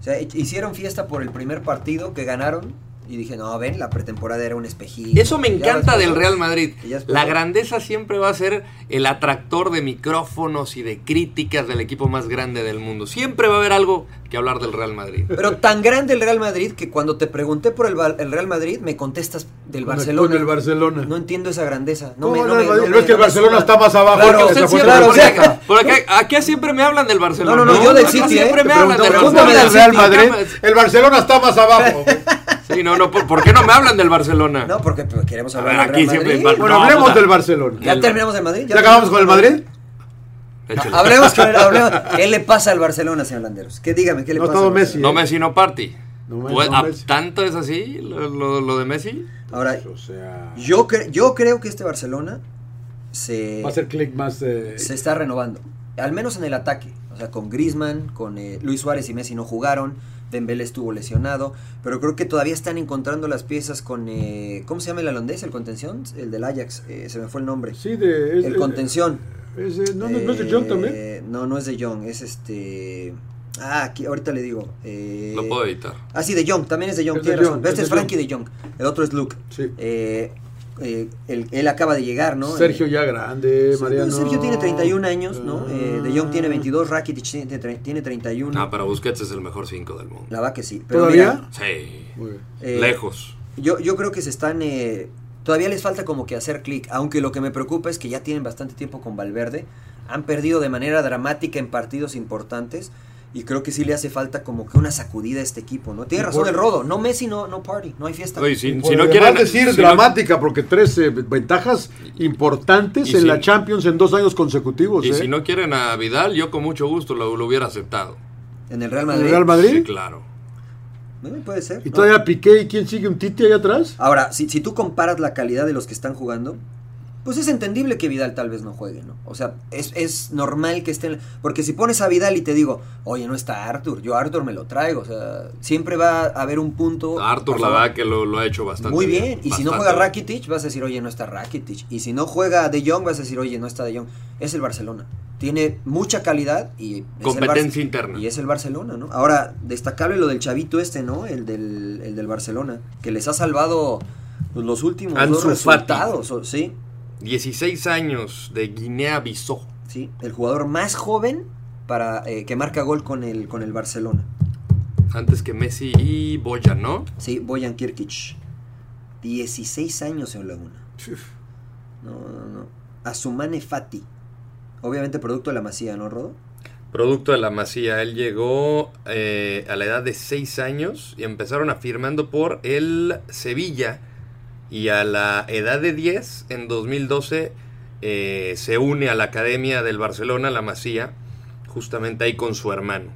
C: O sea, hi- hicieron fiesta por el primer partido que ganaron y dije, no, ven, la pretemporada era un espejito.
B: Eso me
C: Ya
B: encanta
C: después-
B: del Real Madrid.
C: y ya después-
B: La grandeza siempre va a ser el atractor de micrófonos y de críticas del equipo más grande del mundo. Siempre va a haber algo que hablar del Real Madrid.
C: Pero tan grande el Real Madrid que cuando te pregunté por el, Val- el Real Madrid me contestas del
A: Con el-
C: Barcelona.
A: con el Barcelona.
C: No entiendo esa grandeza. No
A: ¿Cómo
C: me,
A: va
C: no
A: el
C: me-
A: Real
C: no
A: Madrid?
C: me-
A: Es que el
C: no me
A: Barcelona
C: suena.
A: está más abajo.
C: Claro,
A: que
B: Porque usted
A: esa fue
B: siempre,
A: otra
C: claro,
B: porque
A: cosa.
B: acá, porque aquí siempre me hablan del Barcelona.
C: No, no, no, yo del
B: acá
C: City,
B: siempre
C: ¿eh?
B: me
C: Te
B: hablan del
C: pregunto,
A: Pregúntame
B: Barcelona.
A: al Real Madrid.
B: Acá-
A: El Barcelona está más
C: (laughs)
A: abajo.
B: Sí, no, no, ¿por, por qué no me hablan del Barcelona?
C: No, porque pues, queremos
B: A
C: hablar
B: ver,
C: del
B: Ah, aquí
C: Real
B: siempre
C: Madrid.
B: es Bar-
A: Bueno,
B: No,
A: hablemos
B: puta.
A: del Barcelona.
C: Ya terminamos el Madrid.
A: ¿Ya acabamos con el Madrid?
B: Échale.
C: Hablemos con el hablemos. ¿Qué le pasa al Barcelona, señor Landeros? ¿Qué dígame? ¿Qué le
A: No ha
C: pasa?
A: estado
C: al Barcelona?
B: No Messi, no Party.
A: No me-
B: Pues,
A: no
B: ¿a-
A: Messi.
B: ¿Tanto es así lo, lo- lo de Messi?
C: Ahora,
A: O sea,
C: yo, cre- yo creo que este Barcelona se,
A: va a ser click más. eh,
C: se está renovando. Al menos en el ataque. O sea, con Griezmann, con eh, Luis Suárez y Messi no jugaron. Dembélé estuvo lesionado. Pero creo que todavía están encontrando las piezas con... eh, ¿Cómo se llama el holandés? ¿El contención? El del Ajax. eh, se me fue el nombre.
A: Sí, de. es-
C: el contención.
A: es, eh, no, no, no es de John también.
C: Eh, No, no es de Young. Es este... Ah, aquí, ahorita le digo. eh,
B: Lo puedo editar.
C: Ah, sí, de Jong, también es de Jong,
A: Es
C: tiene
A: De
C: razón.
A: Jong,
C: Pero este
A: es
C: es
A: De
C: Frankie de Jong, el otro es Luke.
A: Sí.
C: Eh, eh, él, él acaba de llegar, ¿no?
A: Sergio
C: Eh,
A: ya grande,
C: sí,
A: Mariano.
C: Sergio tiene 31 años, ¿no?
A: Ah.
C: Eh, de Jong tiene 22, Rakitic tiene, tre- tiene 31.
B: No, pero Busquets es el mejor 5 del mundo.
C: La va que sí. Pero
A: ¿Todavía?
C: mira,
B: Sí.
A: Muy bien.
C: eh,
B: Lejos.
C: Yo, yo creo que se están... eh, todavía les falta como que hacer clic, aunque lo que me preocupa es que ya tienen bastante tiempo con Valverde. Han perdido de manera dramática en partidos importantes. Y creo que sí le hace falta como que una sacudida a este equipo, ¿no? Tiene
A: Y
C: razón
A: por-
C: el rodo. No Messi, no, no party. No hay fiesta.
B: Oye, si,
A: Por
B: si no
A: además
B: quieren
A: decir
B: si no-
A: dramática, porque tres eh, ventajas importantes
B: Y
A: en
B: si-
A: la Champions en dos años consecutivos.
B: y
A: ¿eh?
B: si no quieren a Vidal, yo con mucho gusto lo, lo hubiera aceptado.
C: En el Real
A: ¿En
C: Madrid.
A: el Real Madrid?
B: Sí, claro.
C: Eh, puede ser.
A: Y
C: ¿no?
A: todavía Piqué, ¿y quién sigue un Titi ahí atrás?
C: Ahora, si, si tú comparas la calidad de los que están jugando, pues es entendible que Vidal tal vez no juegue, ¿no? O sea, es, es normal que estén... Porque si pones a Vidal y te digo, oye, no está Arthur, yo a Arthur me lo traigo. O sea, siempre va a haber un punto...
B: Arthur,
C: a
B: la
C: favor.
B: verdad que lo, lo ha hecho bastante
C: Muy bien. Y si no juega
B: Bastante
C: Rakitic, vas a decir, oye, no está Rakitic. Y si no juega De Jong, vas a decir, oye, no está De Jong. Es el Barcelona. Tiene mucha calidad y... es el Barce-
B: Competencia interna.
C: Y es el Barcelona, ¿no? Ahora, destacable lo del chavito este, ¿no? El del, el del Barcelona, que les ha salvado pues, los últimos
B: Ansu
C: dos
B: Fati.
C: resultados. o- sí,
B: 16 años de Guinea-Bissau.
C: sí. El jugador más joven para eh, que marca gol con el, con el Barcelona.
B: Antes que Messi y Boyan, ¿no?
C: Sí, Boyan Kirkic. 16 años en Laguna. No, no, no. Asumane Fati. Obviamente producto de la masía, ¿no, Rodo?
B: Producto de la masía, él llegó eh, a la edad de 6 años y empezaron a firmando por el Sevilla y a la edad de 10, en 2012, eh, se une a la Academia del Barcelona, la masía, justamente ahí con su hermano.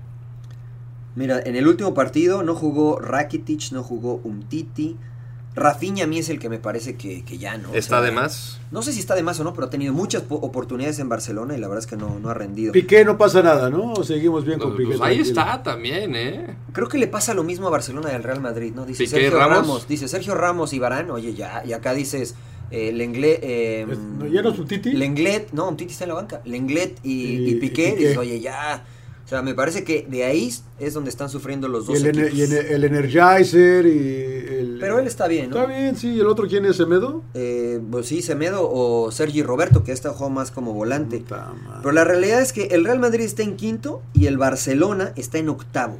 C: Mira, en el último partido no jugó Rakitic, no jugó Umtiti. Rafinha a mí es el que me parece que, que ya no.
B: Está
C: O sea,
B: de más.
C: No sé si está de más o no, pero ha tenido muchas po- oportunidades en Barcelona y la verdad es que no, no ha rendido.
A: Piqué no pasa nada, ¿no? O seguimos bien con
B: Pues,
A: Piqué.
B: pues, ahí
A: tranquilo.
B: está también, ¿eh?
C: Creo que le pasa lo mismo a Barcelona y al Real Madrid, ¿no? Dice
B: Piqué,
C: Sergio
B: Ramos.
C: Ramos. dice Sergio Ramos y Barán, oye, ya, y acá dices eh, Lenglet, eh,
A: Es- ¿no, ya no es Umtiti?
C: Lenglet, no, Umtiti está en la banca. Lenglet y,
A: Y-
C: y Piqué,
A: y Piqué.
C: dices, oye, ya. O sea, me parece que de ahí es donde están sufriendo los
A: Y
C: dos
A: el, ene-
C: equipos.
A: y ene- el Energizer y el...
C: Pero él está bien, ¿no?
A: Está bien, sí. ¿Y el otro quién es? ¿Semedo?
C: Eh, pues sí, Semedo o Sergi Roberto, que está jugando más como volante.
A: Puta madre.
C: Pero la realidad es que el Real Madrid está en quinto y el Barcelona está en octavo.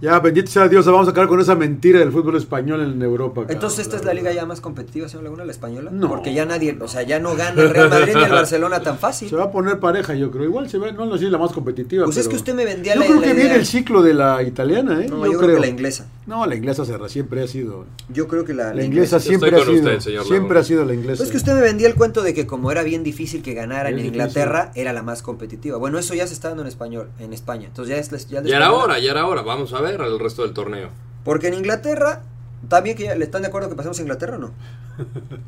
A: Ya, bendito sea Dios, vamos a acabar con esa mentira del fútbol español en Europa. cabrón,
C: Entonces, ¿esta es la liga
A: verdad.
C: ya más competitiva, señor Laguna, la española?
A: No.
C: Porque ya nadie, o sea, ya no gana el Real Madrid
A: (laughs)
C: ni el Barcelona tan fácil.
A: Se va a poner pareja, yo creo. Igual se ve, no, no sé si es la más competitiva.
C: Pues es
A: pero-
C: que usted me vendía
A: Yo
C: la-
A: creo
C: la
A: que
C: idea.
A: viene el ciclo de la italiana, ¿eh?
C: No, yo, creo, que la inglesa.
A: No, la inglesa se- siempre ha sido.
C: Yo creo que la,
A: La, inglesa siempre ha
B: estoy con
A: sido.
B: usted, señor
A: siempre
B: Laguna.
A: ha sido la inglesa.
C: Pues es que usted me vendía el cuento de que como era bien difícil que ganaran
A: Es
C: en
A: difícil.
C: Inglaterra, era la más competitiva. Bueno, eso ya se está dando en español, en España. Entonces ya es la- ya la
B: Ya era
C: española.
B: hora, ya era hora. Vamos a ver el resto del torneo.
C: Porque en Inglaterra, también que ya- le están de acuerdo que pasemos a Inglaterra o no?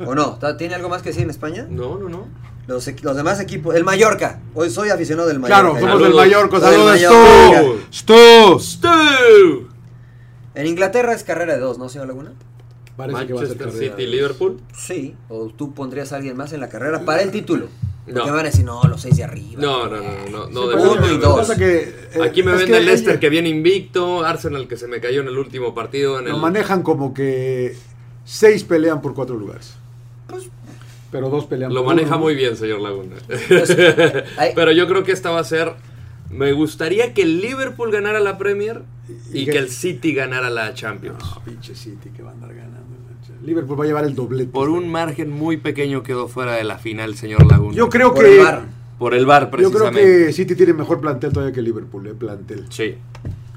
C: ¿O no? ¿Está- ¿Tiene algo más que decir en España?
B: No, no, no.
C: Los, equi- los demás equipos, el Mallorca. Hoy soy aficionado del Mallorca.
A: Claro, somos
B: Saludos.
A: del Mallorca.
C: Soy del
A: Saludos,
C: Mallorca.
A: Stu. Stu.
B: ¡Stu!
C: En Inglaterra es carrera de dos, ¿no, señor Laguna?
A: Parece que va
B: Manchester
A: a ser carrera.
B: City, Liverpool.
C: Sí. ¿O tú pondrías a alguien más en la carrera para
A: Mm.
C: el título?
B: No.
C: Porque van a decir, no, los seis de arriba.
B: No, no, no, no, no,
C: Sí,
A: Pero lo
C: Uno y
A: que
B: definitivamente.
C: dos.
A: pasa que, eh,
B: Aquí me
A: es
B: vende
A: que
B: el Leicester
A: ellos
B: que viene invicto, Arsenal que se me cayó en el último partido. En
A: Lo
B: el...
A: manejan como que seis pelean por cuatro lugares.
C: Pues,
A: Pero dos pelean
B: Lo
A: por
B: maneja
A: uno, ¿no?
B: muy bien, señor Laguna.
C: pues,
B: (laughs)
C: Ay,
B: Pero yo creo que esta va a ser. Me gustaría que el Liverpool ganara la Premier y,
A: Y
B: que,
A: que-
B: el City ganara la Champions.
A: Ah, pinche City que va a andar ganando. mancha. Liverpool va a llevar el doblete.
B: Por un margen muy pequeño quedó fuera de la final, señor Laguna.
A: Yo creo
C: por el
A: que.
C: VAR.
B: Por el bar,
A: Yo creo
B: precisamente.
A: que City tiene mejor plantel todavía que Liverpool, eh, plantel.
B: Sí.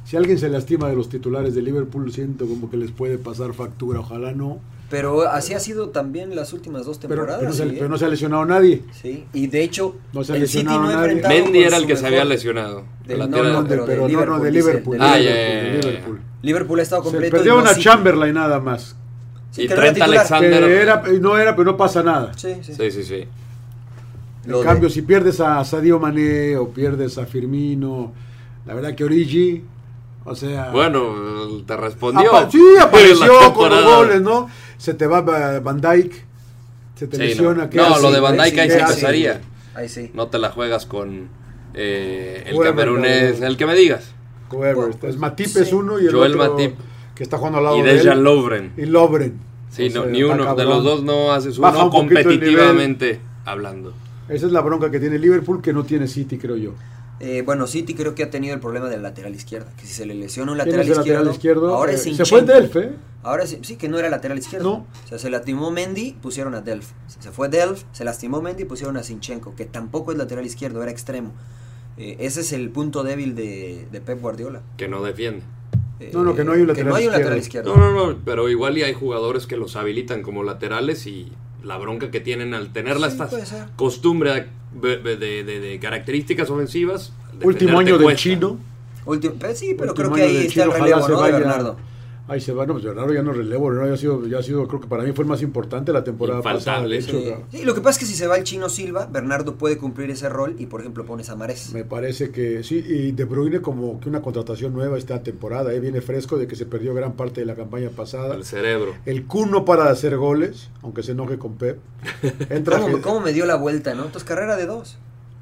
A: Si alguien se lastima de los titulares de Liverpool, siento como que les puede pasar factura, ojalá no.
C: Pero así ha sido también las últimas dos
A: Pero,
C: temporadas.
A: pero no, se,
C: sí,
A: pero
C: ¿eh?
A: no se ha lesionado nadie.
C: Sí, y de hecho,
A: No se ha
C: el City
A: lesionado
C: no ha
A: nadie.
C: enfrentado
B: Mendy
C: con
B: era el
C: su
B: que se había
C: mejor-
B: lesionado.
C: Del-
B: La Ah,
C: no,
B: tierra-
A: No,
C: no,
A: de-
C: pero de
A: pero no, no, de Liverpool.
C: Liverpool, dice,
A: de
B: de
A: Liverpool, de
B: Liverpool.
A: Liverpool.
C: Liverpool ha estado
A: Se
C: completo.
A: perdió
C: y no
A: una
C: sí-
A: Chamberlain nada más.
B: y
C: que no era
B: Trent
C: titular.
A: Que
B: Alexander.
A: era, eh, no era, pero no pasa nada.
C: Sí, sí.
B: Sí, sí, sí.
A: En
C: Lo de-
A: cambio, si pierdes a Sadio Mané o pierdes a Firmino, la verdad que Origi, o sea...
B: Bueno, te respondió.
A: Ah. apa- sí,
B: En la
A: apareció con los
B: temporada.
A: goles, ¿no? Se te va eh, Van Dijk, se te
B: Sí, no.
A: lesiona. ¿qué
B: No,
A: haces?
B: lo de Van Dijk ahí se
A: ¿Qué haces?
B: empezaría.
C: Ahí sí.
B: No te la juegas con eh, el
A: Juega
B: camerunés,
A: con-
B: el que me digas.
A: Whoever. este
C: Pues,
A: es Matip
C: sí.
A: es uno y el
B: Joel
A: otro
B: Matip.
A: que está jugando al lado
B: Y
A: de él.
B: Dejan Lovren.
A: Y Lovren.
B: Sí,
A: O sea,
B: no, ni
A: está
B: uno de
A: cabrón.
B: los dos no haces uno
A: Baja un poquito el
B: competitivamente hablando.
A: Esa es la bronca que tiene Liverpool que no tiene City, creo yo.
C: Eh, bueno, City creo que ha tenido el problema del lateral izquierdo. Que si se le lesiona un
A: ¿Quién
C: lateral,
A: es el lateral izquierdo?
C: ahora
A: Eh,
C: es
A: se fue
C: Inchenko.
A: Delf, ¿eh?
C: Ahora sí, sí, que no era lateral izquierdo.
A: No.
C: O sea, se lastimó Mendy, pusieron a Delf. Se fue Delf, se lastimó Mendy, pusieron a Sinchenko, que tampoco es lateral izquierdo, era extremo. Eh, ese es el punto débil de, de Pep Guardiola.
B: Que no defiende.
C: Eh,
A: No, no, que no hay un lateral
C: no hay
A: izquierdo.
C: lateral
B: No, no, no, pero igual y hay jugadores que los habilitan como laterales y la bronca que tienen al tener la
C: Sí,
B: esta
C: puede ser.
B: costumbre a- de, de- de- de características ofensivas. defender
A: Último
B: te
A: año del
B: cuesta.
A: chino.
C: Último- pero sí, pero
A: Último
C: creo que
A: año
C: ahí
A: del
C: está el
A: chino, ojalá
C: relevo,
A: se
C: ¿no? De
A: vaya.
C: Bernardo.
A: Ahí se va, no, pues Bernardo ya no relevo, Bernardo ya ha sido, ya ha sido, creo que para mí fue el más importante la temporada pasada,
B: Infaltable,
A: de
B: sí.
A: hecho, cabrón.
C: Sí, lo que pasa es que si se va el chino Silva, Bernardo puede cumplir ese rol y, por ejemplo, pones a Marés.
A: Me parece que sí, y De Bruyne como que una contratación nueva esta temporada, ¿eh? viene fresco de que se perdió gran parte de la campaña pasada.
B: Al cerebro.
A: El Kun no para de hacer goles, aunque se enoje con
C: (laughs)
A: Pep. Entra
C: ¿Cómo,
A: Je-
C: cómo me dio la vuelta, no? Entonces, carrera de dos.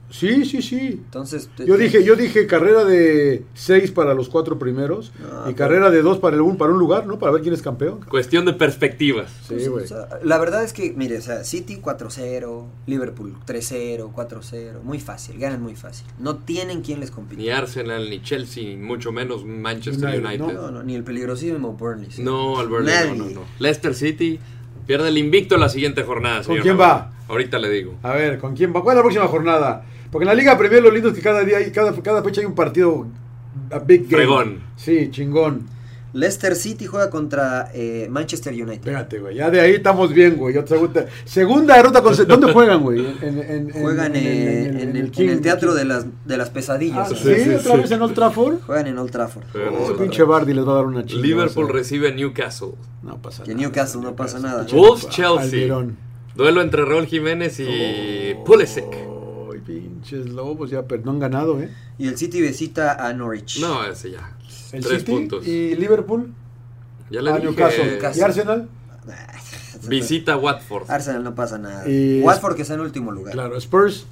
A: Sí, sí, sí.
C: Entonces, te-
A: Yo
C: te-
A: dije, yo dije carrera de seis para los cuatro primeros
C: Ah,
A: y
C: pero-
A: carrera de dos para el un, para un lugar, ¿no? Para ver quién es campeón.
B: Cuestión de perspectivas.
A: Sí, güey.
C: Pues, O sea, la verdad es que, mire, o sea, City 4-0, Liverpool 3-0, 4-0, muy fácil, ganan muy fácil. No tienen quien les compite.
B: Ni Arsenal, ni Chelsea, ni mucho menos Manchester
A: United,
B: United.
A: ¿no?
C: No, no, ni el peligrosísimo Burnley. sí.
B: No, Alberto,
C: Nadie.
B: no, no, no. Leicester City, Pierde el invicto la siguiente jornada, señor.
A: quién
B: Navarro.
A: va?
B: Ahorita le digo.
A: A ver, ¿con quién va? ¿Cuál es la próxima jornada? Porque en la Liga Premier lo lindo es que cada día hay, cada, cada fecha hay un partido a big game.
B: Fregón.
A: Sí, chingón.
C: Leicester City juega contra eh, Manchester United.
A: Espérate, güey. Ya de ahí estamos bien, güey. Otra segunda, segunda ruta con... ¿Dónde juegan, güey? En- en- en-
C: Juegan eh, en, el, en el
A: King-
C: Teatro de las, de las
A: Ah,
C: Pesadillas.
A: ¿sí?
B: Sí, sí,
A: ¿Otra
B: sí.
A: vez en Old Trafford?
C: Juegan en Old Trafford.
B: Juegan en
A: Oh,
B: Old
A: pinche Bardi les va a dar una chingada.
B: Liverpool recibe a Newcastle.
A: No pasa
C: Que
A: nada.
C: Newcastle no pasa nada.
B: Wolves Chelsea.
A: Almirón.
B: Duelo entre Raúl Jiménez y
A: Oh.
B: Pulisic.
A: Ay, pinches lobos, ya pero no han ganado, ¿eh?
C: Y el City visita a Norwich.
B: No, ese ya.
A: El
B: Tres
A: City
B: puntos.
A: y Liverpool
B: Ya le
A: a
B: dije.
A: Ah, Newcastle. Ah. ¿Y
C: Newcastle.
A: Arsenal?
B: Visita Watford.
C: Arsenal no pasa nada.
A: Y-
C: Watford que está en último lugar.
A: Claro, Spurs.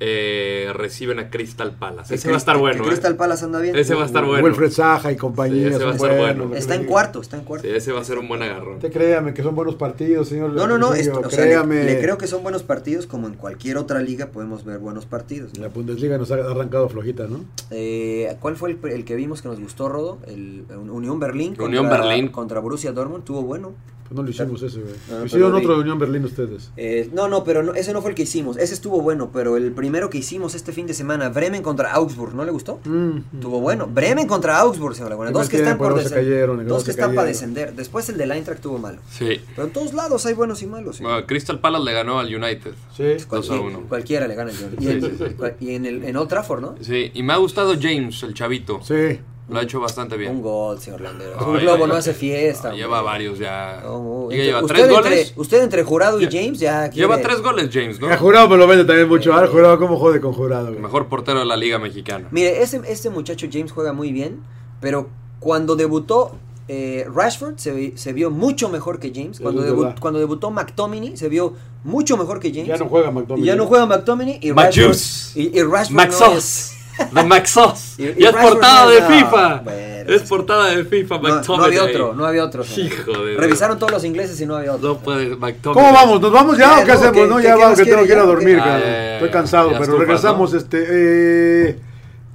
B: Eh, reciben a Crystal Palace.
C: Que
B: Ese va a estar
C: Cri- que
B: bueno. ¿eh?
C: Crystal Palace anda bien.
B: Ese va a estar bueno.
A: Uh, Wilfred Saja y compañía.
B: Sí, ese va a
A: son
B: estar bueno.
A: buenos,
C: Está en
A: pues sí.
C: cuarto, está en cuarto.
B: eh. Sí, ese va a ser un buen agarrón.
A: Te créame que son buenos partidos, señor.
C: No, no, no,
A: Lupillo,
C: esto- o sea, le,
A: créame.
C: le creo que son buenos partidos, como en cualquier otra liga podemos ver buenos partidos.
A: La Bundesliga nos ha arrancado flojita, ¿no?
C: Eh, ¿Cuál fue el, el que vimos que nos gustó, Rodo? El, el Unión Berlín. Contra,
B: Unión Berlín.
C: Contra Borussia Dortmund, tuvo bueno.
A: Pues no lo hicimos ese, güey.
C: Ah,
A: Hicieron
C: pero
A: otro
C: di-
A: de Unión Berlín ustedes.
C: Eh, no, no, pero no- ese no fue el que hicimos. Ese estuvo bueno, pero el primero que hicimos este fin de semana, Bremen contra Augsburg, ¿no le gustó?
A: Mm.
C: Estuvo bueno. Bremen contra Augsburg, señora Laguna.
A: Primer
C: Dos que están
A: tiempo,
C: por
A: luego se
C: descender.
A: cayeron, luego
C: dos
A: se
C: que están para
A: cayeron.
C: descender. Después el del Eintracht tuvo malo.
B: Sí.
C: Pero en todos lados hay buenos y malos. ¿eh? sí.
B: Bueno, Crystal Palace le ganó al United.
A: Sí.
B: Dos a uno.
C: Cualquiera le gana el United. Y,
B: Sí,
C: en,
B: sí, sí.
C: cual- y en, el, en Old Trafford, ¿no?
B: Sí, y me ha gustado James, el chavito.
A: Sí.
B: Lo ha hecho bastante
C: Un
B: bien. Ah,
C: gol, señor Landero.
B: Ay,
C: Un globo
B: ay,
C: no
B: ay.
C: hace fiesta.
B: Ah,
C: hombre.
B: lleva varios ya.
C: No, no.
B: Diga,
C: Entre-
B: lleva
C: usted,
B: tres
C: entre,
B: goles.
C: usted entre jurado y
B: Lle-
C: James ya quiere-
B: Lleva tres goles, James, ¿no?
A: El jurado me lo vende también mucho. Ah, el jurado, ¿cómo jode con jurado, güey?
B: Mejor portero de la Liga Mexicana.
C: Mire, ese, este muchacho James juega muy bien, pero cuando debutó eh, Rashford se, vi- se vio mucho mejor que James.
A: Eso
C: Cuando,
A: es
C: debu-
A: verdad.
C: cuando debutó McTominay se vio mucho mejor que James.
A: Ya no juega McDonald's.
C: Y ya no juega McTominay y Rashford,
B: Max
C: y, y Rashford no es-
B: Maxos. (laughs) The Maxos.
C: Y- y
B: Ya es
C: Rashford
B: portada
C: no
B: de
C: es- no,
B: FIFA.
C: bueno,
B: Es portada de FIFA,
C: no, no
B: McTominay.
C: había otro, no había otro. señor.
B: Hijo de Dios.
C: Revisaron todos los ingleses y no había otro.
B: No puede, McTominay.
A: ¿Cómo vamos? ¿Nos vamos ya o qué
C: Ya, no,
A: hacemos?
C: ¿qué-
A: no,
C: qué-
A: ya
C: qué
A: vamos,
C: más
A: que tengo que ir
C: quieres?
A: a
C: Ya,
A: dormir,
C: ¿qué-
B: Ah,
A: cabrón.
B: ya, ya, ya.
A: Estoy cansado,
B: Ya
A: pero
B: estuvo,
A: regresamos.
B: ¿no?
A: Este, eh,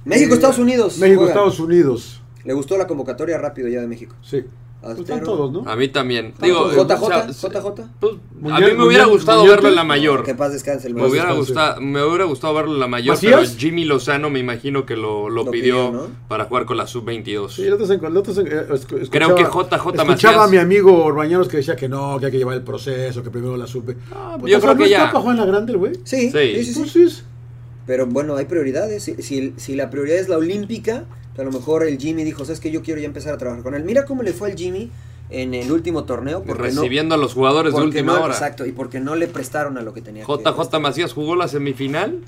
C: México,
A: eh,
C: Estados Unidos.
A: México,
C: juegan.
A: Estados Unidos.
C: Le gustó la convocatoria rápido ya de México.
A: Sí.
C: Ah,
A: Pues
C: pero-
A: están todos, ¿no?
B: A mí también. Digo,
C: Digo,
B: eh, o sea,
C: JJ, JJ.
B: pues, a
A: Mundial-
B: mí me hubiera
A: Mundial-
B: gustado
A: Mundial-
B: verlo en la mayor.
C: Que paz descanse el
B: Me hubiera,
A: descanse.
B: gustado, me hubiera gustado verlo en la mayor,
A: ¿Macías?
B: pero Jimmy Lozano me imagino que lo, lo
C: Lo
B: pidió
C: pidió, ¿no?
B: para jugar con la sub-22.
A: Sí, el otro se- el otro se- eh, escu- escuchaba-
B: Creo que JJ
A: Escuchaba
B: Macías.
A: a mi amigo Orbañanos que decía que no, que hay que llevar el proceso, que primero la supe. Pues,
B: Ah,
A: Puta,
B: yo
A: o sea,
B: creo
A: ¿no
B: que
A: es
B: ya.
A: Capa Juan la Grande, el güey?
B: Sí.
C: Sí, sí, sí, sí.
A: Entonces,
C: Pero bueno, hay prioridades. Si, si- si la prioridad es la olímpica, pues a lo mejor el Jimmy dijo, ¿sabes que Yo quiero ya empezar a trabajar con él. Mira cómo le fue al Jimmy en el último torneo. Porque no-
B: Recibiendo a los jugadores de
C: porque
B: última
C: no-
B: hora.
C: Exacto, y porque no le prestaron a lo que tenía que
B: JJ Macías jugó la semifinal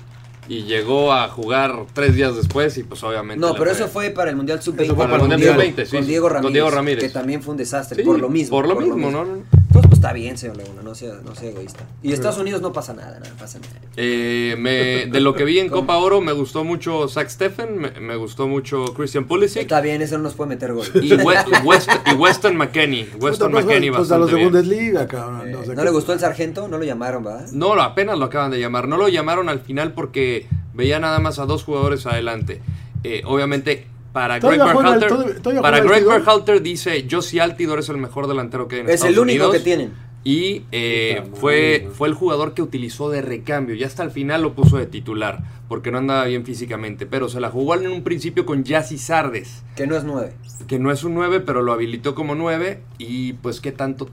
B: y llegó a jugar tres días después y pues obviamente...
C: No,
B: le
C: pero eso fue para el Mundial
A: Eso
C: Sub-20.
A: fue para el
C: con
A: Mundial
C: Diego-
B: Sub-20, sí,
C: Con
B: sí,
C: Diego
B: con
C: Ramírez.
B: Diego Ramírez.
C: Que también fue un
B: Sí,
C: desastre, por lo mismo.
B: Por lo mismo, ¿no?
C: Entonces, pues está bien, señor Laguna, no sea, no sea egoísta. Y Estados Unidos no pasa nada, nada, pasa nada.
B: Eh, me- de lo que
C: (laughs)
B: vi en
C: ¿Cómo?
B: Copa Oro me gustó mucho Zach Steffen, me, me gustó mucho Christian Pulisic
C: Está bien, eso no nos puede meter gol.
A: (laughs)
B: y, We- West- y Weston McKennie. Weston
A: pues,
B: McKennie
A: pues, a los
B: bastante
A: de
B: bien.
A: Bundesliga, cabrón. o sea,
C: Eh, ¿No
A: que-
C: le gustó el sargento? No lo llamaron, ¿verdad?
B: No, lo- apenas lo acaban de llamar. No lo llamaron al final porque veía nada más a dos jugadores adelante. Eh, obviamente, para Greg
A: Todavía juega el-
B: Berhalter,
A: todavía- todavía
B: para
A: juega el
B: Greg
A: Tidor.
B: Berhalter dice, yo sí Altidor es el mejor delantero que hay en
C: Es
B: Estados
C: el único
B: Unidos".
C: que tienen.
B: Y eh,
A: Puta madre,
B: fue,
A: güey.
B: fue el jugador que utilizó de recambio. Y hasta el final lo puso de titular porque no andaba bien físicamente. Pero se la jugó en un principio con Yassi Sardes,
C: Que no es nueve.
B: que no es un 9, pero lo habilitó como 9. Y pues, ¿qué tanto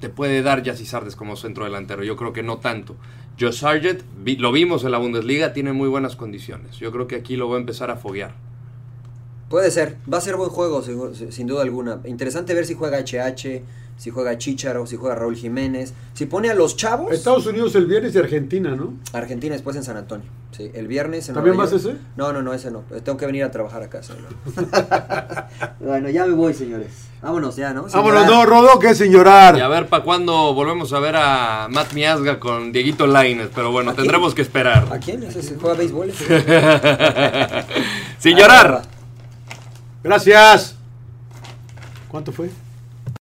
B: te puede dar Yassi Sardes como centro delantero? Yo creo que no tanto. Joe Sargent, vi- lo vimos en la Bundesliga, tiene muy buenas condiciones. Yo creo que aquí lo voy a empezar a foguear.
C: Puede ser, va a ser buen juego, seguro- sin, duda alguna. Interesante ver si juega HH, si juega Chicharo, si juega Raúl Jiménez, si pone a los chavos.
A: Estados Unidos el viernes y Argentina, ¿no?
C: Argentina después en San Antonio. Sí, el viernes en
A: ¿También
C: Nueva
A: vas
C: York.
A: ese?
C: No, no, no, ese no. Tengo que venir a trabajar
A: (laughs)
C: a casa. ¿no? (laughs) bueno, ya me voy, señores. Vámonos ya, ¿no? Sin
A: Vámonos, no,
C: llorar.
A: Rodo, que sin
B: Y a
A: llorar.
B: ver para cuándo volvemos a ver a Matt Miazga con Dieguito Lainez. Pero bueno,
C: ¿A quién?
B: tendremos que esperar.
C: ¿A quién? ¿Ese se juega
B: (laughs)
C: béisbol? ese?
B: Sin llorar.
A: Gracias. ¿Cuánto fue?